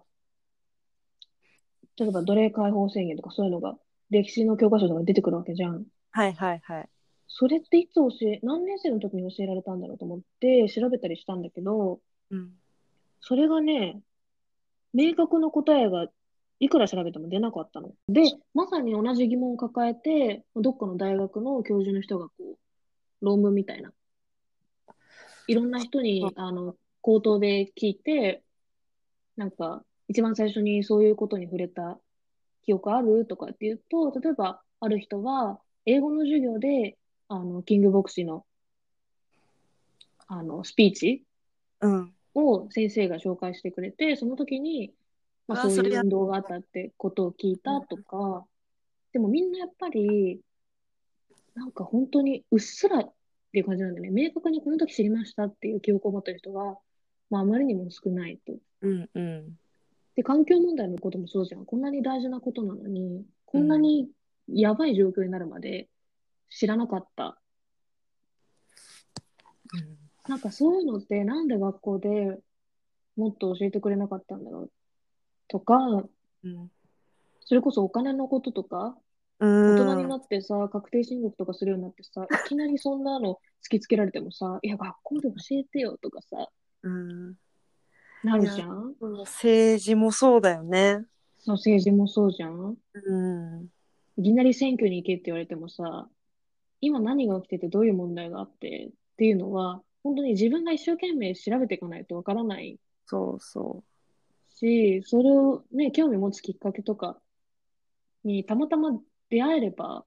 C: 例えば奴隷解放宣言とかそういうのが歴史の教科書とかに出てくるわけじゃん。
B: はいはいはい。
C: それっていつ教え、何年生の時に教えられたんだろうと思って調べたりしたんだけど、
B: うん。
C: それがね、明確な答えがいくら調べても出なかったの。で、まさに同じ疑問を抱えて、どっかの大学の教授の人がこう、論文みたいな。いろんな人に、あの、口頭で聞いて、なんか、一番最初にそういうことに触れた記憶あるとかって言うと、例えば、ある人は、英語の授業で、あの、キング牧師の、あの、スピーチ
B: うん。
C: を先生が紹介してくれて、その時に、ま
B: あ
C: あ、
B: ー
C: そう
B: それ
C: いう
B: や
C: 運動があったってことを聞いたとか、でもみんなやっぱり、なんか本当にうっすらっていう感じなんだよね。明確にこの時知りましたっていう記憶を持ってる人が、まあ、あまりにも少ないと。
B: うん。うん。
C: で、環境問題のこともそうじゃん。こんなに大事なことなのに、こんなにやばい状況になるまで知らなかった。なんかそういうのってなんで学校でもっと教えてくれなかったんだろうとか、
B: うん。
C: それこそお金のこととか、
B: うん。
C: 大人になってさ、確定申告とかするようになってさ、いきなりそんなの突きつけられてもさ、いや、学校で教えてよとかさ、
B: うん。
C: なるじゃん
B: 政治もそうだよね。
C: そう、政治もそうじゃん
B: うん。
C: いきなり選挙に行けって言われてもさ、今何が起きててどういう問題があってっていうのは、本当に自分が一生懸命調べていかないとわからない
B: そうそ
C: し、それをね、興味持つきっかけとかにたまたま出会えれば、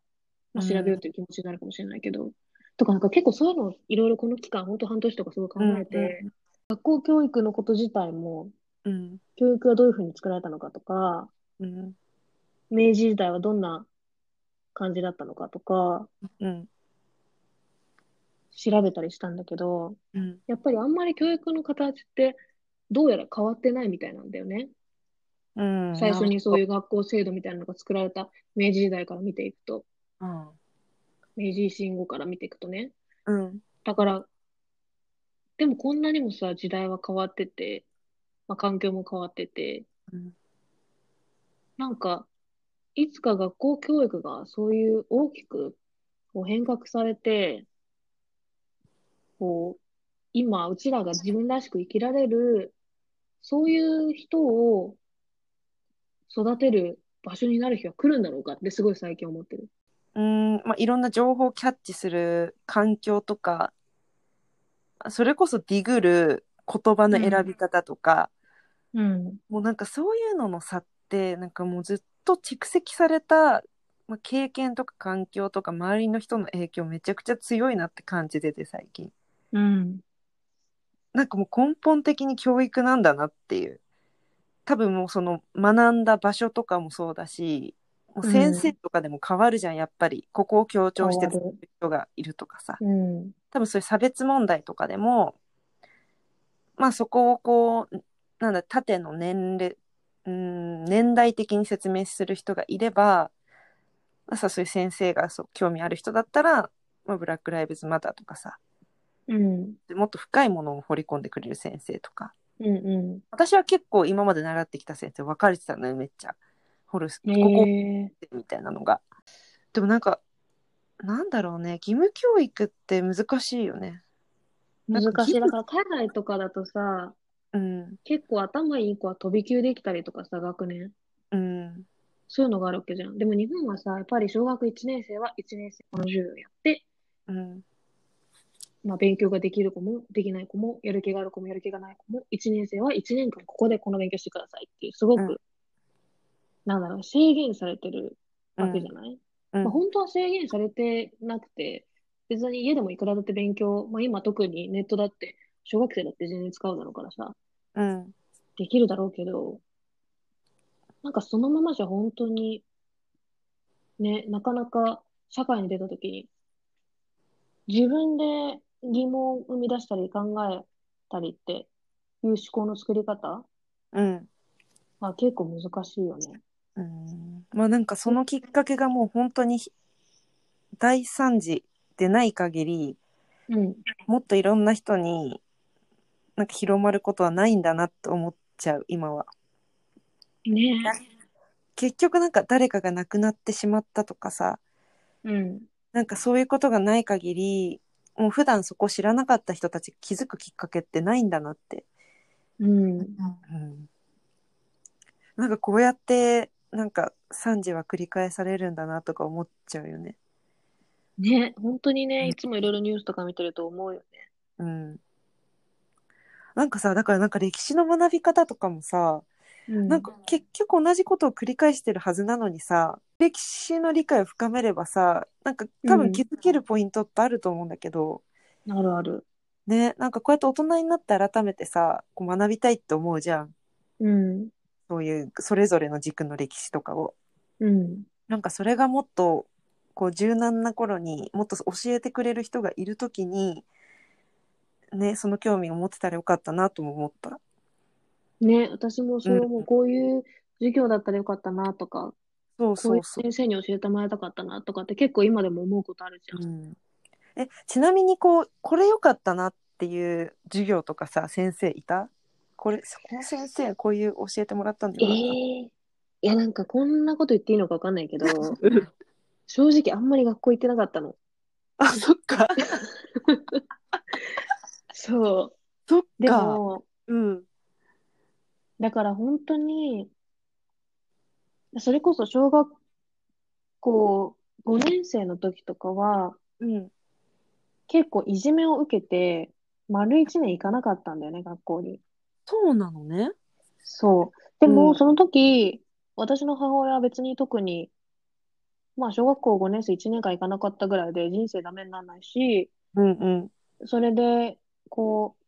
C: まあ、調べようという気持ちになるかもしれないけど、とかなんか結構そういうのをいろいろこの期間、本当半年とかすごい考えて、
B: うんう
C: 学校教育のこと自体も、
B: う。うん。
C: 教育がどういうふうに作られたのかとか、
B: うん。
C: 明治時代はどんな感じだったのかとか、
B: うん。
C: 調べたりしたんだけど、
B: うん。
C: やっぱりあんまり教育の形ってどうやら変わってないみたいなんだよね。
B: うん。
C: 最初にそう
B: いう。
C: いう学校制度みたいなのが作られた明治時代から見ていくと、
B: うん。
C: 明治維新後から見ていくとね。
B: うん。
C: だから、でもこんなにもさ、時代は変わってて、まあ、環境も変わってて、
B: うん
C: なんか、いつか学校教育がそういう大きくこう変革されて、こう、今、うちらが自分らしく生きられる、そういう人を育てる場所になる日が来るんだろうかってすごい最近思ってる。
B: うんまあ、いろんな情報をキャッチする環境とかそれこそディグる言葉の選び方とか、
C: うん。
B: もうなんかそういうのの差ってなんかもうずっと蓄積された、まあ、経験とか環境とか周りの人の影響めちゃくちゃ強いなって感じてて最近
C: うん。
B: なんかもう根本的に教育なんだなっていう多分もうその学んだ場所とかもそうだしもう先生とかでも変わるじゃん、やっぱりここを強調して
C: 変わ
B: る人がいるとかさ
C: うん。
B: 多分そういう差別問題とかでもまあそこをこうなんだ縦の年齢うん年代的に説明する人がいれば、まあ、さそういう先生がそう興味ある人だったら、まあ、ブラック・ライブズ・マターとかさ
C: うん。
B: でもっと深いものを掘り込んでくれる先生とか
C: うんう
B: 私は結構今まで習ってきた先生分かれてたのよめっちゃ掘るこ
C: ん。
B: こ
C: へえ。
B: みたいなのがでもなんかなんだろうね義務教育って難しいよねなんか
C: 難しい。だから海外とかだとさ、
B: うん
C: 結構頭いい子は飛び級できたりとかさ、学年。
B: うん
C: そういうのがあるわけじゃん。でも日本はさ、やっぱり小学1年生は1年生この授業やって、
B: うん
C: まあ勉強ができる子もできない子も、やる気がある子もやる気がない子も、1年生は1年間ここでこの勉強してくださいっていう、すごく、
B: うん
C: なんだろう、制限されてるわけじゃない、
B: うん
C: まあ、本当は制限されてなくて、別に家でもいくらだって勉強、まあ今特にネットだって、小学生だって全然使うだろうからさ、
B: うん
C: できるだろうけど、なんかそのままじゃ本当に、ね、なかなか社会に出た時に、自分で疑問を生み出したり考えたりっていう思考の作り方
B: うん。
C: は結構難しいよね。
B: うんまあなんかそのきっかけがもう本当に大惨事でない限り、
C: うん。
B: もっといろんな人になんか広まることはないんだなって思っちゃう、今は。
C: ね
B: 結局なんか誰かが亡くなってしまったとかさ、
C: うん。
B: なんかそういうことがない限り、もう普段そこ知らなかった人たち気づくきっかけってないんだなって
C: うん。
B: うんなんかこうやってなんか惨事は繰り返されるんだなとか思っちゃうよね。
C: ね、本当に
B: う
C: ね、
B: ん
C: いつもいろいろニュースとか見てると思うよね。
B: うん。なんかさだからなんか歴史の学び方とかもさ、
C: うん
B: なんか結局同じことを繰り返してるはずなのにさ歴史の理解を深めればさなんか多
C: うん
B: 分気づけるポイントってあると思うんだけど、
C: あるある。
B: ねなんかこうやって大人になって改めてさこう学びたいって思うじゃん
C: うん。
B: そういうそれぞれの軸の歴史とかを。
C: うん。
B: なんかそれがもっとこう柔軟な頃にもっと教えてくれる人がいる時にねその興味を持ってたらよかったなとも思った。
C: ね、私もそう
B: うん
C: 思う。こういう授業だったらよかったなとか、
B: そう
C: こ
B: そう
C: いうう
B: そう。
C: 先生に教えてもらいたかったなとかって結構今でも思うことあるじゃん。
B: うん、えちなみにこうこれよかったなっていう授業とかさ先生いたこれこの先生こういう教えてもらったんだよかっ
C: ええいや、なんかこんなこと言っていいのかわかんないけど、
B: たうん
C: 正直あんまり学校行ってなかったの。
B: あそっ か
C: そう。
B: そっ
C: で
B: か。
C: も、
B: うん
C: だから本当に、それこそ小学校5年生の時とかは、
B: うん
C: 結構いじめを受けて、丸1年行かなかったんだよね、学校に。
B: そうなのね。
C: そう。でも、
B: うん
C: その時、私の母親は別に特に、まあ、小学校5年生1年間行かなかったぐらいで人生ダメにならないし、
B: うんうん
C: それで、こう、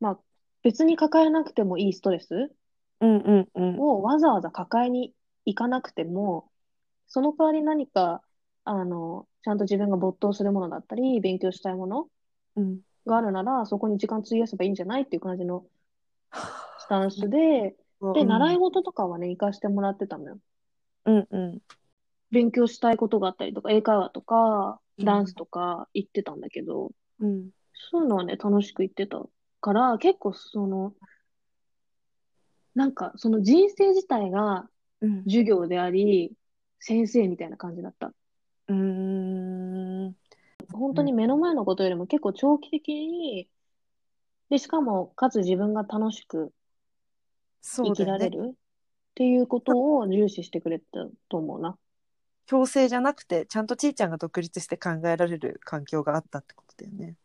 C: まあ、別に抱えなくてもいいストレス
B: うんうんうん
C: をわざわざ抱えに行かなくても、その代わり何か、あの、ちゃんと自分が没頭するものだったり、勉強したいもの
B: うん
C: があるなら、そこに時間費やせばいいんじゃないっていう感じ のスタンスで、で、習い事とかはね、行かしてもらってたのよ。
B: うんうん
C: 勉強したいことがあったりとか、英会話とか、
B: うん
C: ダンスとか行ってたんだけど、
B: うん
C: そういうのはね、楽しく行ってたから、結構その、なんかその人生自体が
B: うん
C: 授業であり、先生みたいな感じだった。
B: うーん
C: 本当に目の前のことよりも結構長期的に、で、しかも、かつ自分が楽しく
B: そ
C: 生
B: う
C: き
B: だ
C: ら
B: よ
C: れ
B: ね。
C: るっていうことを重視してくれたと思うな。
B: 強制じゃなくて、ちゃんとちいちゃんが独立して考えられる環境があったってことだよね。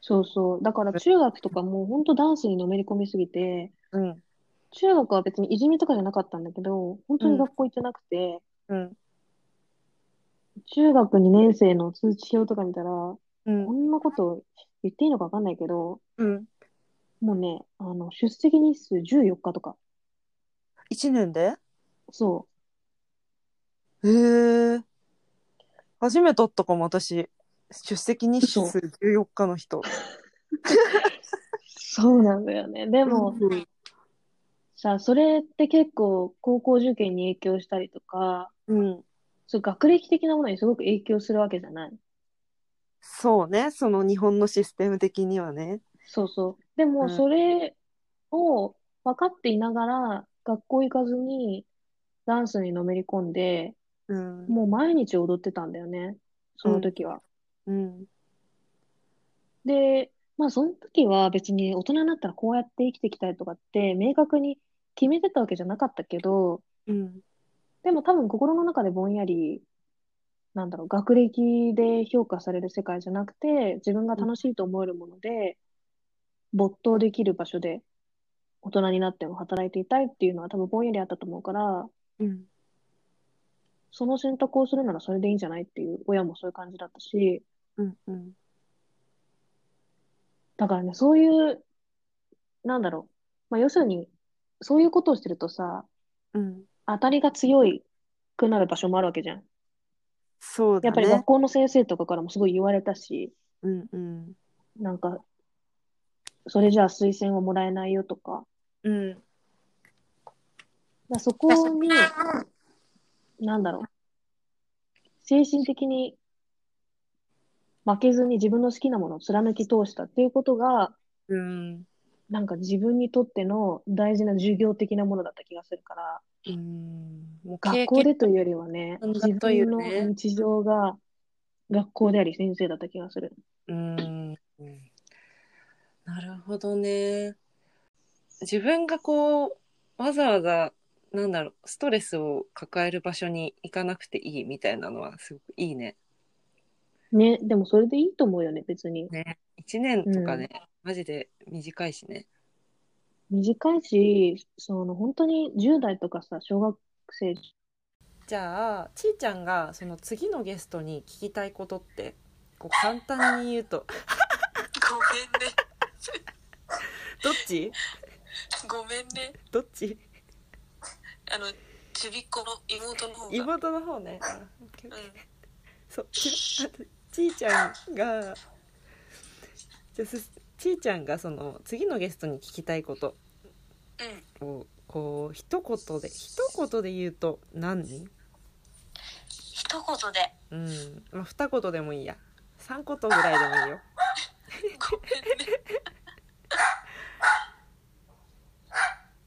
C: そうそう。だから中学とかもう本当ダンスにのめり込みすぎて、
B: うん。
C: 中学は別にいじめとかじゃなかったんだけど、本当に学校行ってなくて、
B: うん。
C: 中学2年生の通知表とか見たら、こ
B: うん。
C: んなこと言っていいのかわかんないけど、
B: うん。
C: もうね、あの、出席日数14日とか。
B: 1年で
C: そ
B: へえ。初めて会ったかも、私。出席日数
C: 嘘
B: 14日の人。
C: う。そうなんだよね。でも
B: うん
C: さ、それって結構高校受験に影響したりとか、
B: うん。
C: そう、学歴的なものにすごく影響するわけじゃない。
B: そうね。その日本のシステム的にはね。
C: そうそう。で
B: う
C: も、
B: ん
C: それを分かっていながら、学校行かずに、ダンスにのめり込んで、
B: うん。
C: もう毎日踊ってたんだよね。その時は。
B: うん。
C: で、まあ、その時は別に大人になったらこうやって生きていきたいとかって、明確に決めてたわけじゃなかったけど、
B: うん。
C: でも多分心の中でぼんやり、なんだろう、学歴で評価される世界じゃなくて、自分が楽しいと思えるもので、没頭できる場所で、大人になっても働いていたいっていうのは多分ぼんやりあったと思うから、
B: うん。
C: その選択をするならそれでいいんじゃないっていう親もそういう感じだったし、
B: うん。うん。
C: だからね、そういう、なんだろう、まあ要するに、そういうことをしてるとさ、
B: うん。
C: 当たりが強くなる場所もあるわけじゃん。
B: そうだ
D: やっぱり
B: ね
D: 学。校の先生とかからもすごい言われたし、
B: うんうん。
D: なんか、それじゃあ推薦をもらえないよとか、
B: うん。
D: だからそこに、なんだろう、精神的に負けずに自分の好きなものを貫き通したっていうことが、
B: うん。
D: なんか自分にとっての大事な授業的なものだった気がするから、
B: うん。もう経
D: 学
B: 験
D: 校でというよりはね、
B: 経験
D: 自
B: だという
D: 分
B: ね
D: の日常が学校であり先生だった気がする。
B: うん。なるほどね。自分がこう、わざわざ、なんだろう、ストレスを抱える場所に行かなくていいみたいなのはすごくいいね。
D: ね、でもそれでいいと思うよね、別に。
B: ね。1年とかね、マジで短いしね。
D: 短いし、その本当に10代とかさ、小学生、
B: じゃあちーちゃんがその次のゲストに聞きたいことってこう簡単に言うと
C: ごめんね。
B: どっち
C: ごめんね。
B: どっち
C: あの、ちびっ子の妹の方が。
B: 妹の方 ねあオッケーオッ
C: う
B: ケー
C: ん。
B: そうちあとちーちゃんがじゃあすちーちゃんがその次のゲストに聞きたいこと
C: うん。
B: をこう一言で一言で言うと何
C: 一言で。
B: うんまあ二言でもいいや三言ぐらいでも いいよ
C: ごめんね。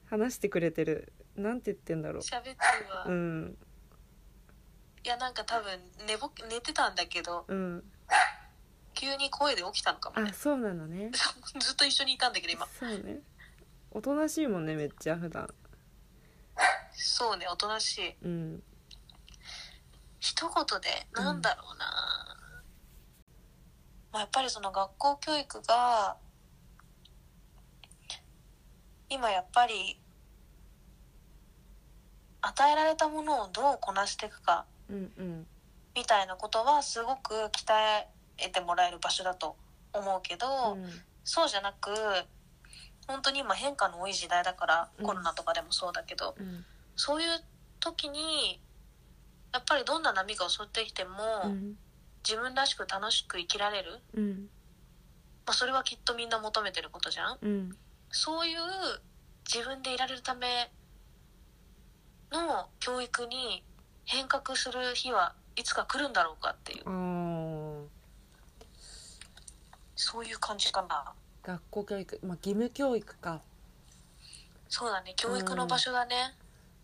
B: 話してくれてるなんて言ってんだろ
C: 喋ってるわ。
B: ううん
C: いや、なんか多分、寝ぼけ、寝てたんだけど、
B: うん
C: 急に声で起きたのかも
B: あ
C: ね。
B: そうなのね
C: そうずっと一緒にいたんだけど、今。
B: そうねおとなしいもんねめっちゃ普段
C: そうね、おとなしい。
B: うん
C: 一言で、なんだろうな。まあ、やっぱりその学校教育が、今やっぱり、与えられたものをどうこなしていくか。
B: うんうん
C: みたいなことはすごく鍛えてもらえる場所だと思うけど、そうじゃなく本当に今変化の多い時代だから、
B: うん
C: コロナとかでもそうだけど
B: うん
C: そういう時にやっぱりどんな波が襲ってきても、
B: うん
C: 自分らしく楽しく生きられる、
B: うん
C: まあ、それはきっとみんな求めてることじゃん
B: うん
C: そういう自分でいられるための教育に変革する日はいつか来るんだろうかっていう
B: あー
C: そういう感じかな。
B: 学校教育まあ義務教育か
C: そうだね教育の場所だね、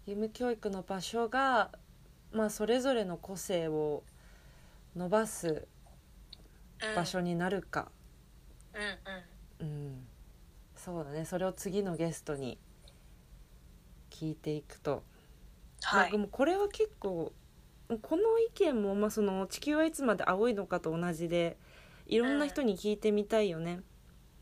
B: 義務教育の場所がまあそれぞれの個性を伸ばす
C: うん、
B: 場所になるか
C: うんうん
B: うん、そうだねそれを次のゲストに聞いていくと
C: は
B: まあで
C: い
B: もこれは結構この意見も、まあ、その地球はいつまで青いのかと同じでいろんな人に聞いてみたいよね。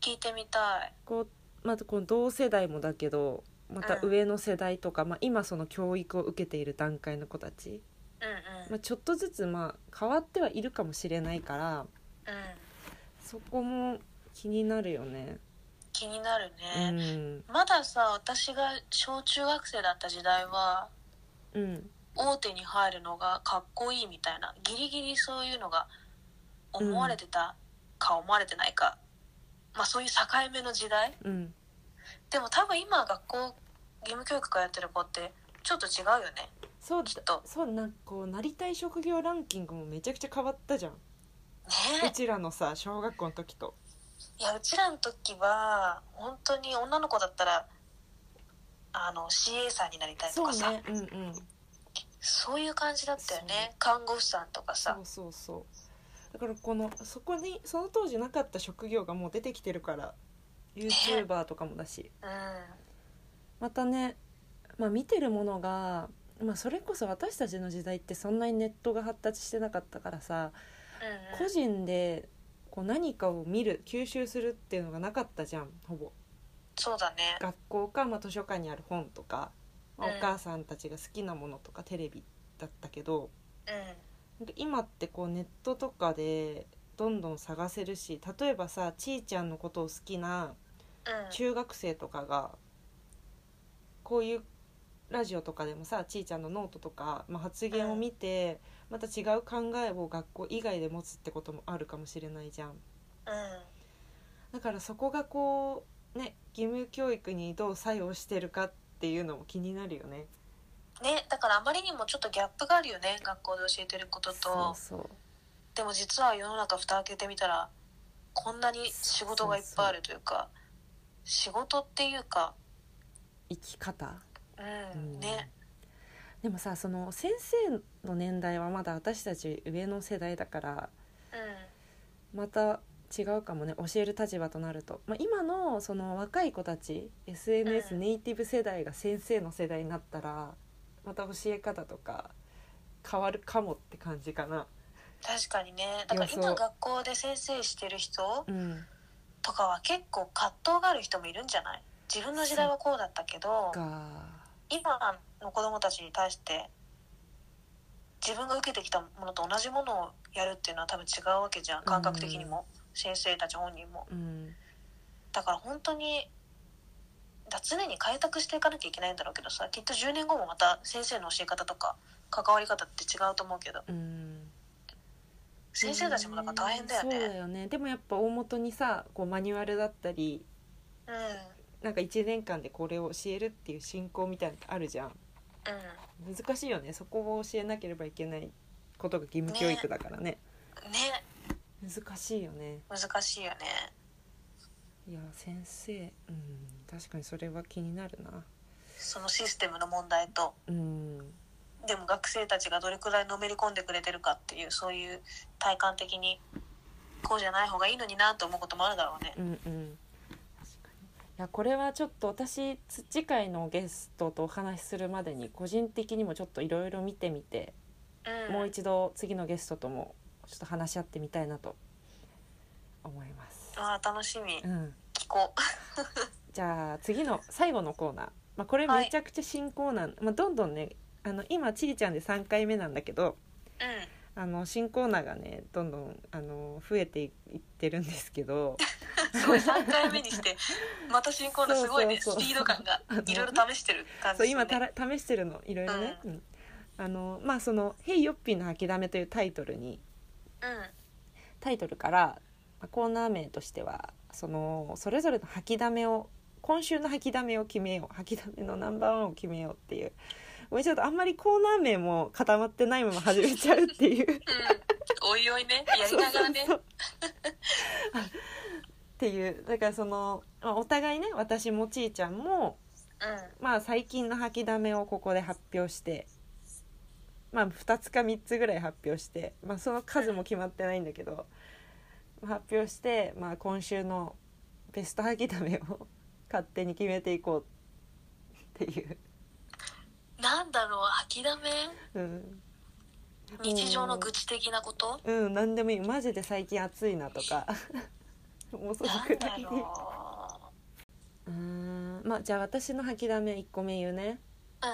C: 聞いてみたい
B: こうまずこの同世代もだけどまた
C: うん
B: 上の世代とか、まあ、今その教育を受けている段階の子たち、
C: うん
B: まあ、ちょっとずつまあ変わってはいるかもしれないから
C: うんうん
B: そこも気になるよね。
C: 気になる
B: う
C: ね、
B: ん、
C: まださ私が小中学生だった時代は
B: うん、
C: 大手に入るのがかっこいいみたいなギリギリそういうのが思われてたか思われてないか、まあそういう境目の時代
B: うん
C: でも多分今学校義務教育からやってる子ってちょっと違うよね
B: そう
C: きっと
B: そうなんかこうなりたい職業ランキングもめちゃくちゃ変わったじゃんう
C: ね
B: ちらのさ小学校の時と。
C: いやうちらの時は本当に女の子だったらあの CA さんになりたいと
B: そう
C: かさそう,、
B: ね、うんうん、
C: いう感じだったよね看護婦さんとか
B: そ
C: さ
B: うそうそう。だからこのそこにその当時なかった職業がもう出てきてるから、ユーチューバーとかもだし、
C: うん
B: またね、まあ見てるものが、まあそれこそ私たちの時代ってそんなにネットが発達してなかったからさ、
C: うんう
B: 個
C: ん
B: 人でこう何かを見る吸収するっていうのがなかったじゃん、ほぼ。
C: そうだね
B: 学校か、まあ、図書館にある本とか、まあ
C: うん
B: お母さんたちが好きなものとかテレビだったけど
C: う
B: なんか今ってこうネットとかでどんどん探せるし例えばさちーちゃんのことを好きなん
C: うん
B: 中学生とかがこういうラジオとかでもさちーちゃんのノートとか、まあ、発言を見て、また違う考えを学校以外で持つってこともあるかもしれないじゃん。
C: う
B: だからそこがこうね義務教育にどう作用してるかっていうのも気になるよね。
C: んねだからあまりにもちょっとギャップがあるよね学校で教えてることと
B: そうそう
C: でも実は世の中蓋開けてみたらこんなに仕事がいっぱいあるというか仕事っていうか
B: 生き方、
C: う
B: うん
C: んね
B: でもさその先生の年代はまだ私たち上の世代だから
C: う
B: また違うかもね教える立場となると、まあ、今のその若い子たち SNS
C: うん
B: ネイティブ世代が先生の世代になったらまた教え方とか変わるかもって感じかな。
C: ん確かにねだから
B: いやそ
C: 今
B: う
C: 学校で先生してる人
B: うん、
C: とかは結構葛藤がある人もいるんじゃない自分の時代はこうだったけど
B: か
C: 今の子供たちに対して自分が受けてきたものと同じものをやるっていうのは多分違うわけじゃん感覚的にも、先生たち本人も
B: うん
C: だから本当にだ常に開拓していかなきゃいけないんだろうけどさきっと10年後もまた先生の教え方とか関わり方って違うと思うけど
B: うん
C: 先生たちもなんか大変だよ
B: そうだ
C: ね。
B: よねでもやっぱ大元にさこうマニュアルだったり
C: うん、
B: なんか1年間でこれを教えるっていう進行みたいなのあるじゃん難しいよねそこを教えなければいけないことが義務教育だからね
C: うん、ね
B: 難しいよね
C: 難しいよね。
B: いや先生うん確かにそれは気になるな
C: そのシステムの問題と
B: うん
C: でも学生たちがどれくらいのめり込んでくれてるかっていうそういう体感的にこうじゃない方がいいのになと思うこともあるだろうね
B: う。んうん確かにいやこれはちょっと私つ次回のゲストとお話しするまでに個人的にもちょっといろいろ見てみて
C: うん、
B: もう一度次のゲストともちょっと話し合ってみたいなと思います。
C: あー楽しみ
B: うん、
C: 聞こう。
B: じゃあ次の最後のコーナー、まあ、これ
C: はい
B: めちゃくちゃ新コーナー、まあ、どんどんねあの今ちーちゃんで3回目なんだけど
C: うん
B: あの新コーナーがねどんどんあの増えていってるんですけ ど
C: すごい3回目にしてまた進行のすごいね
B: そうそうそう
C: スピード感がいろいろ試してる感じ
B: そう
C: ですね
B: 今たら試してるのいろいろね。うんあのまあその「ヘイヨッピーの諦め」というタイトルにタイトルからまあコーナー名としてはそのそれぞれの吐きだめを今週の吐きだめを決めよう吐きだめのナンバーワンを決めようっていうもうちょっとあんまりコーナー名も固まってないまま始めちゃうっていう
C: うん、うん、おいおいね やりながらね
B: そうそうそうっていうだからその、まあ、お互いね私もちーちゃんも、まあ、最近の吐きだめをここで発表して。まあ、2つか3つぐらい発表して、まあ、その数も決まってないんだけど発表して、まあ、今週のベスト吐きだめを 勝手に決めていこうっていう、
C: うん、なんだろう諦め
B: うん、
C: 日常の愚痴的なこと
B: うん何でもいいマジで最近暑いなとか もうその
C: なん
B: くら
C: だ
B: いで
C: ろ
B: うーんまあじゃあ私の吐きだめ1個目言うね
C: う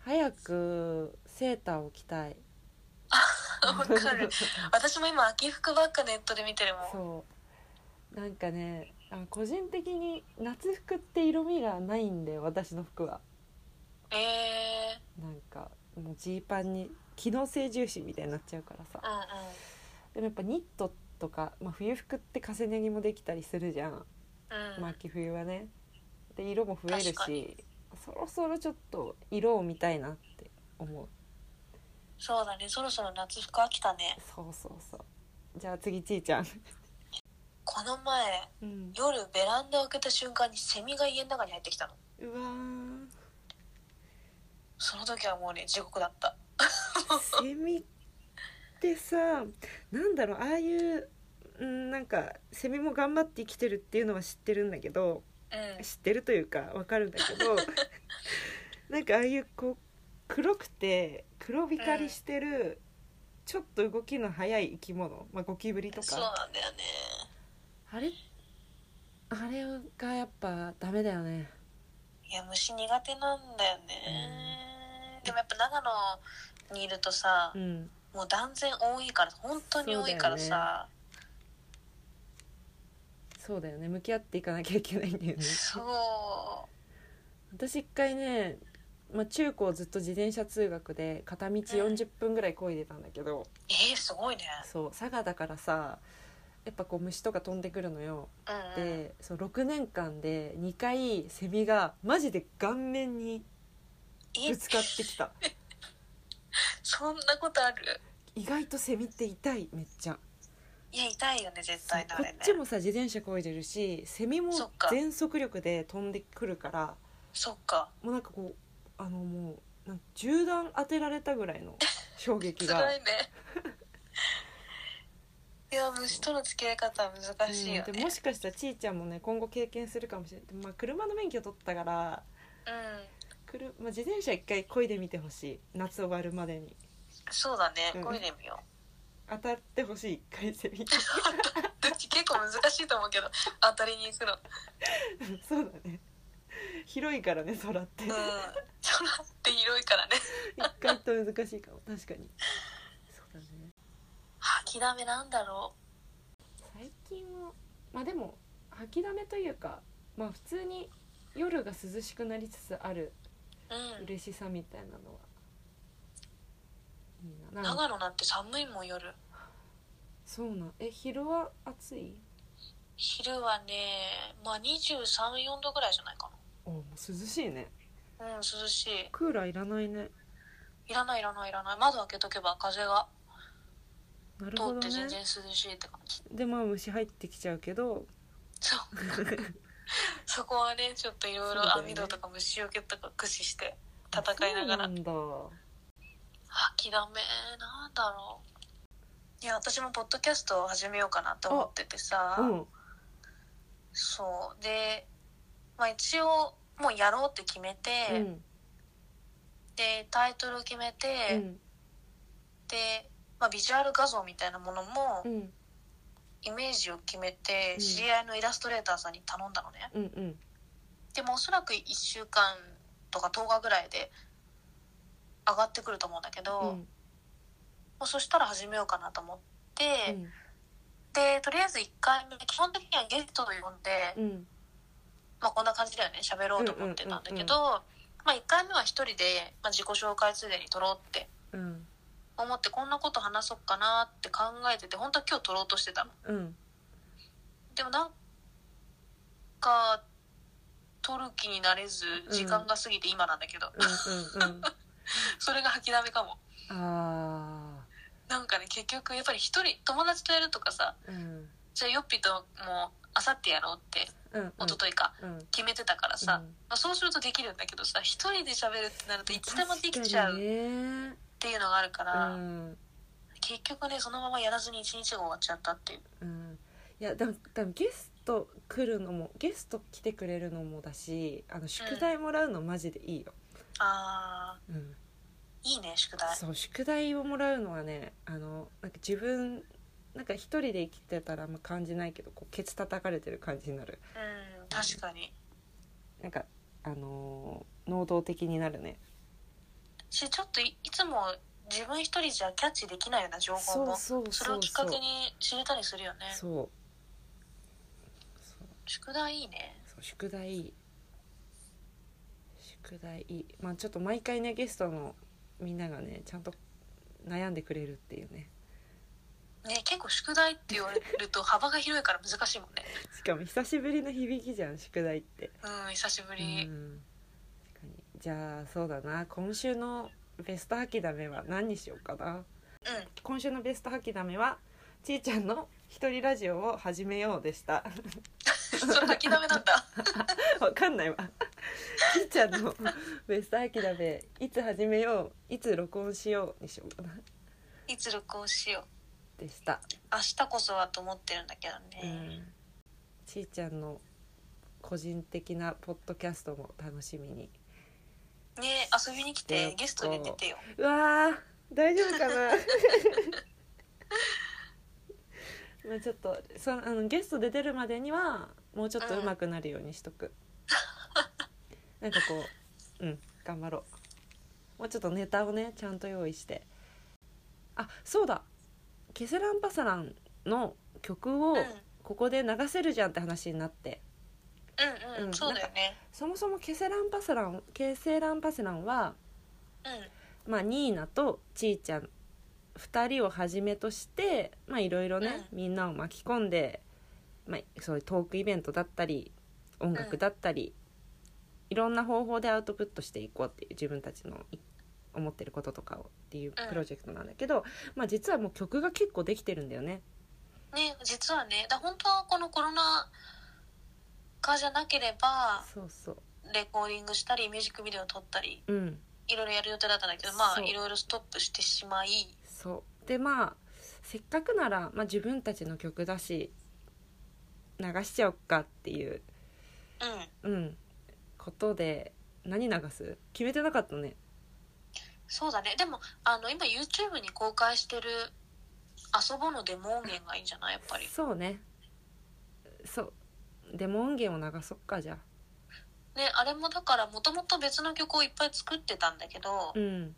B: 早くセーターを着たい
C: うんわかる私も今秋服ばっかネットで見てるもん
B: そうなんかねあ個人的に夏服って色味がないんで私の服は
C: え
B: なんかもうジーパンに機能性重視みたいになっちゃうからさ
C: ー、うんうん
B: でもやっぱニットとか、まあ、冬服って重ね着もできたりするじゃん、
C: うん、
B: まあ、秋冬はねで色も増える
C: 確か
B: しそろそろちょっと色を見たいなって思う
C: そうだねそろそろ夏服飽きたね
B: そうそうそうじゃあ次ちーちゃん、
C: この前
B: うん、
C: 夜ベランダを開けた瞬間にセミが家の中に入ってきたの
B: うわー
C: その時はもうね地獄だった
B: セミってさなんだろうああいううんなんかセミも頑張って生きてるっていうのは知ってるんだけど
C: うん
B: 知ってるというかわかるんだけ どなんかああいうこう黒くて黒光りしてる、ちょっと動きの速い生き物、まあ、ゴキブリと
C: そう
B: か
C: なんだよね
B: あれあれがやっぱダメだよね
C: いや虫苦手なんだよね、でもやっぱ長野にいるとさ、
B: うん
C: もう断然多いから本当に多いからさ
B: そうだよね向き合っていかなきゃいけないんだよね
C: そう,、
B: 私一回ねまあ、中高ずっと自転車通学で片道40分ぐらい漕いでたんだけど、
C: えー、すごいね。
B: そう佐賀だからさやっぱこう虫とか飛んでくるのよ
C: うんうん。
B: でその6年間で2回セミがマジで顔面に
C: え
B: ぶ、つかってきた
C: そんなことある
B: 意外とセミって痛いめっちゃ、
C: いや、痛いよね、絶対ね
B: こ
C: あれね
B: っ。ちもさ自転車こいでるしセミも
C: そっか
B: 全速力で飛んでくるから
C: そっか。
B: もうなんかこうあのもうなん銃弾当てられたぐらいの衝撃 が
C: 辛いね。いや、虫との付き合い方は難しいよ
B: うんで
C: ね
B: も。しかしたらちーちゃんもね今後経験するかもしれないでもまあ車の免許取ったから
C: うん。
B: くる、まあ、自転車一回漕いでみてほしい夏終わるまでに
C: そうだね
B: う、ん
C: こいでみよ
B: 当たってほしい一回セミ
C: う。うち結構難しいと思うけど、当たりに行くの。
B: そうだね広いからね空って
C: うん。空って広いからね。
B: 一回と難しいかも確かにそうだね
C: 吐きだめなんだろ
B: 最近はまあでも吐きだめというかまあ普通に夜が涼しくなりつつある
C: う。うん。
B: 嬉しさみたいなのはいいななんか
C: 長野なんて寒いもん夜。
B: そうなんえ昼は暑い
C: 昼はね、まあ23、4度ぐらいじゃないか
B: おもう涼しいね
C: な。うん、涼しい。
B: クーラーいらないね
C: いらないいらないいらない。窓開けとけば風が
B: なるほ
C: 通
B: ど
C: って全
B: ね
C: 然涼しいって感じ。
B: でまあ虫入ってきちゃうけど
C: そう。そこはね、ちょっといろい
B: そうだ
C: ろ
B: よね
C: 網戸とか虫除けとか駆使して戦いながら
B: そう。んだ
C: 諦めなんだろういや私もポッドキャストを始めようかなと思っててさ、
B: うん
C: そうで、まあ、一応もうやろうって決めて、
B: うん
C: でタイトルを決めて、
B: うん
C: で、まあ、ビジュアル画像みたいなものも、
B: うん
C: イメージを決めて、
B: うん
C: 知り合いのイラストレーターさんに頼んだのね
B: うんうん
C: でもおそらく1週間とか10日ぐらいで上がってくると思うんだけど、
B: う
C: も
B: ん
C: うそしたら始めようかなと思って、
B: うん
C: でとりあえず1回目基本的にはゲストを呼んで、
B: うん
C: まあ、こんな感じだよね喋ろうと思ってたんだけど、まあ、1回目は1人で、まあ、自己紹介ついでに撮ろうって
B: うん
C: 思ってこんなこと話そうかなって考えてて本当は今日撮ろうとしてたの
B: うん
C: でもなんか撮る気になれず
B: ん
C: 時間が過ぎて今なんだけど、
B: うんうん
C: それが吐きだめかも
B: あ
C: なんかね結局やっぱり1人友達とやるとかさ
B: ーうん
C: じゃあヨッピーともうあさってやろうって
B: うんうん
C: 一昨日か
B: うん
C: 決めてたからさ、
B: うん
C: まあ、そうするとできるんだけどさ1人で喋るってなるといつでもできちゃう
B: 確かに
C: っ
B: ね
C: ていうのがあるから。
B: うん
C: 結局ねそのままやらずに一日が終わっちゃったっていう
B: うんいやでも多分ゲスト来るのもゲスト来てくれるのもだしあの宿題もらうのマジでいいよ、
C: あ
B: うん、
C: ーいいね宿題
B: そう宿題をもらうのはねあのなんか自分なんか一人で生きてたらあんま感じないけどこうケツ叩かれてる感じになる
C: うん確かに
B: なんかあのー能動的になるね
C: しちょっといいつも自分一人じゃキャッチできないような情報
B: そう
C: も
B: そう
C: それ
B: そ
C: を
B: う
C: きっ
B: そ
C: か
B: う
C: けに知れたりするよね
B: そう
C: 宿題いいね
B: そう宿題宿題まあちょっと毎回ねゲストのみんながねちゃんと悩んでくれるっていうね
C: ね結構宿題って言われると幅が広いから難しいもんね
B: しかも久しぶりの響きじゃん宿題って
C: うん久しぶ
B: う
C: り、
B: ん確かにじゃあそうだな今週のベスト吐きだめは何にしようかな、今週のベスト吐きだめはちーちゃんの「一人ラジオを始めよう」でした
C: それ諦めなんだ
B: わかんないわちーちゃんのベスト吐きだめいつ始めよういつ録音しようにしようかない
C: つ録音しよう
B: でした、
C: 明日こそはと思ってるんだけど
B: う
C: ね、
B: ん、ちーちゃんの個人的なポッドキャストも楽しみに
C: ね遊びに来
B: そう
C: て
B: か
C: ゲストで出てよ
B: うわー大丈夫かな まあちょっとそあのゲストで出るまでにはもうちょっと上手くなるようにしと く、なんかこううん頑張ろうもうちょっとネタをねちゃんと用意してあそうだケセランパサランの曲を
C: うん
B: ここで流せるじゃんって話になって、
C: うん
B: う
C: うんん、そうだよね。
B: そもそもケセランパセランケセランパセランは、
C: う
B: まあ、ニーナとちーちゃん2人をはじめとしてまあいろいろね、みんなを巻き込んで、まあ、そういうトークイベントだったり音楽だったり、いろんな方法でアウトプットしていこうっていう自分たちのい思ってることとかをっていうプロジェクトなんだけど、まあ、実はもう曲が結構できてるんだよね。
C: ん。ね、実はね、だ本当はこのコロナ禍じゃなければ、
B: そうそう
C: レコーディングしたり、ミュージックビデオ撮ったり、
B: うん
C: いろいろやる予定だったんだけど、まあ、
B: そう
C: いろいろストップしてしまい、
B: そうでまあせっかくなら、まあ、自分たちの曲だし流しちゃおっかっていう、
C: うん。
B: うん、ことで何流す決めてなかったね
C: そうだね。でも、あの、今 YouTube に公開してる遊ぼのデモ音源がいいんじゃないやっぱり。
B: そうねそうでも音源を流そっかじゃあ
C: ね、あれもだから、もともと別の曲をいっぱい作ってたんだけど、
B: うん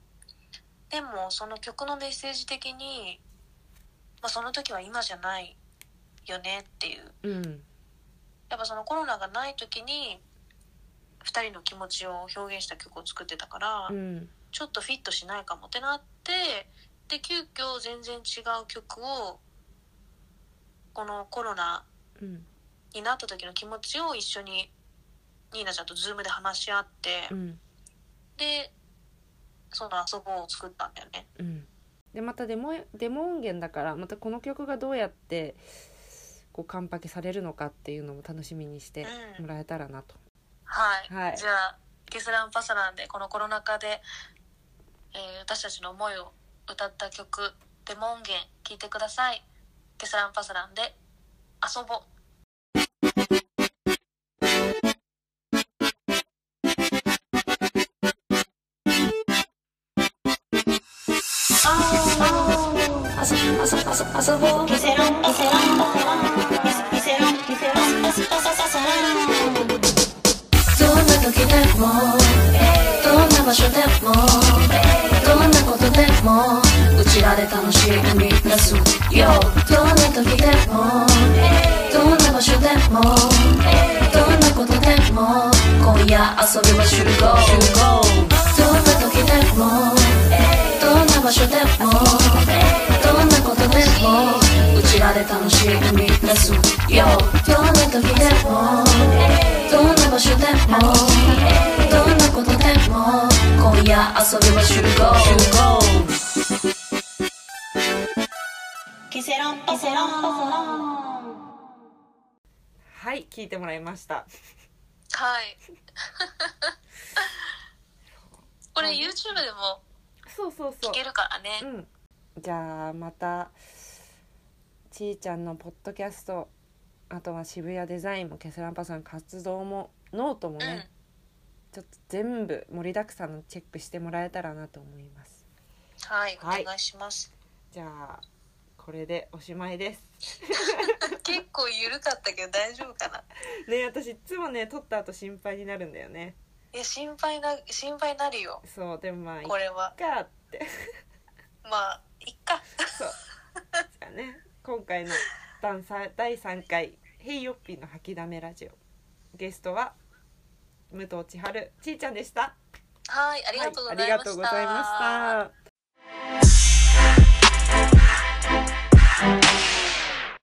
C: でもその曲のメッセージ的に、まあ、その時は今じゃないよねっていう
B: うん
C: やっぱそのコロナがない時に2人の気持ちを表現した曲を作ってたから、
B: うん
C: ちょっとフィットしないかもってなってで急遽全然違う曲をこのコロナ
B: うん
C: になった時の気持ちを一緒にニーナちゃんと Zoom で話し合って、
B: うん
C: でその遊ぼうを作ったんだよね。
B: うんでまたデモデモ音源だからまたこの曲がどうやってこうカンパケされるのかっていうのも楽しみにして
C: う
B: も
C: ん
B: らえたらなと、
C: はい
B: はい
C: じゃあゲスランパサランでこのコロナ禍で、えー私たちの思いを歌った曲デモ音源聴いてくださいゲスランパサランで遊ぼう
E: どんな時でもどんな場所でもどんなことでもうちらで楽しみ出すよどんな時でもどんな場所でもどんなことでも今夜遊びは集合どんな時でもどんな場所でもどんなことでもうちらで楽しみ出すよどんな時でもどんな場所でもどんなことでも今夜遊びは集合
B: はい聞いてもらいました
C: はい これ YouTube でも
B: そうそうそ
C: 聴けるからね、
B: う、うん、じゃあまたちーちゃんのポッドキャストあとは渋谷デザインもケセランパさん活動もノートも
C: うん
B: ね、ちょっと全部盛りだくさんのチェックしてもらえたらなと思います
C: はい、
B: はい
C: お願いします
B: じゃあこれでおしまいです
C: 結構緩かったけど大丈夫かな
B: ね私いつもね撮った後心配になるんだよね
C: いや心配な心配なるよ
B: そうでもまあいっ
C: これは
B: かって
C: まあいっか
B: そうじゃあね今回の第三第3回「ヘイヨッピーの吐きだめラジオ」ゲストは武藤千春ちーちゃんでした
C: はいありがとうご
B: はいあ
C: ざいました、
B: りがとうございました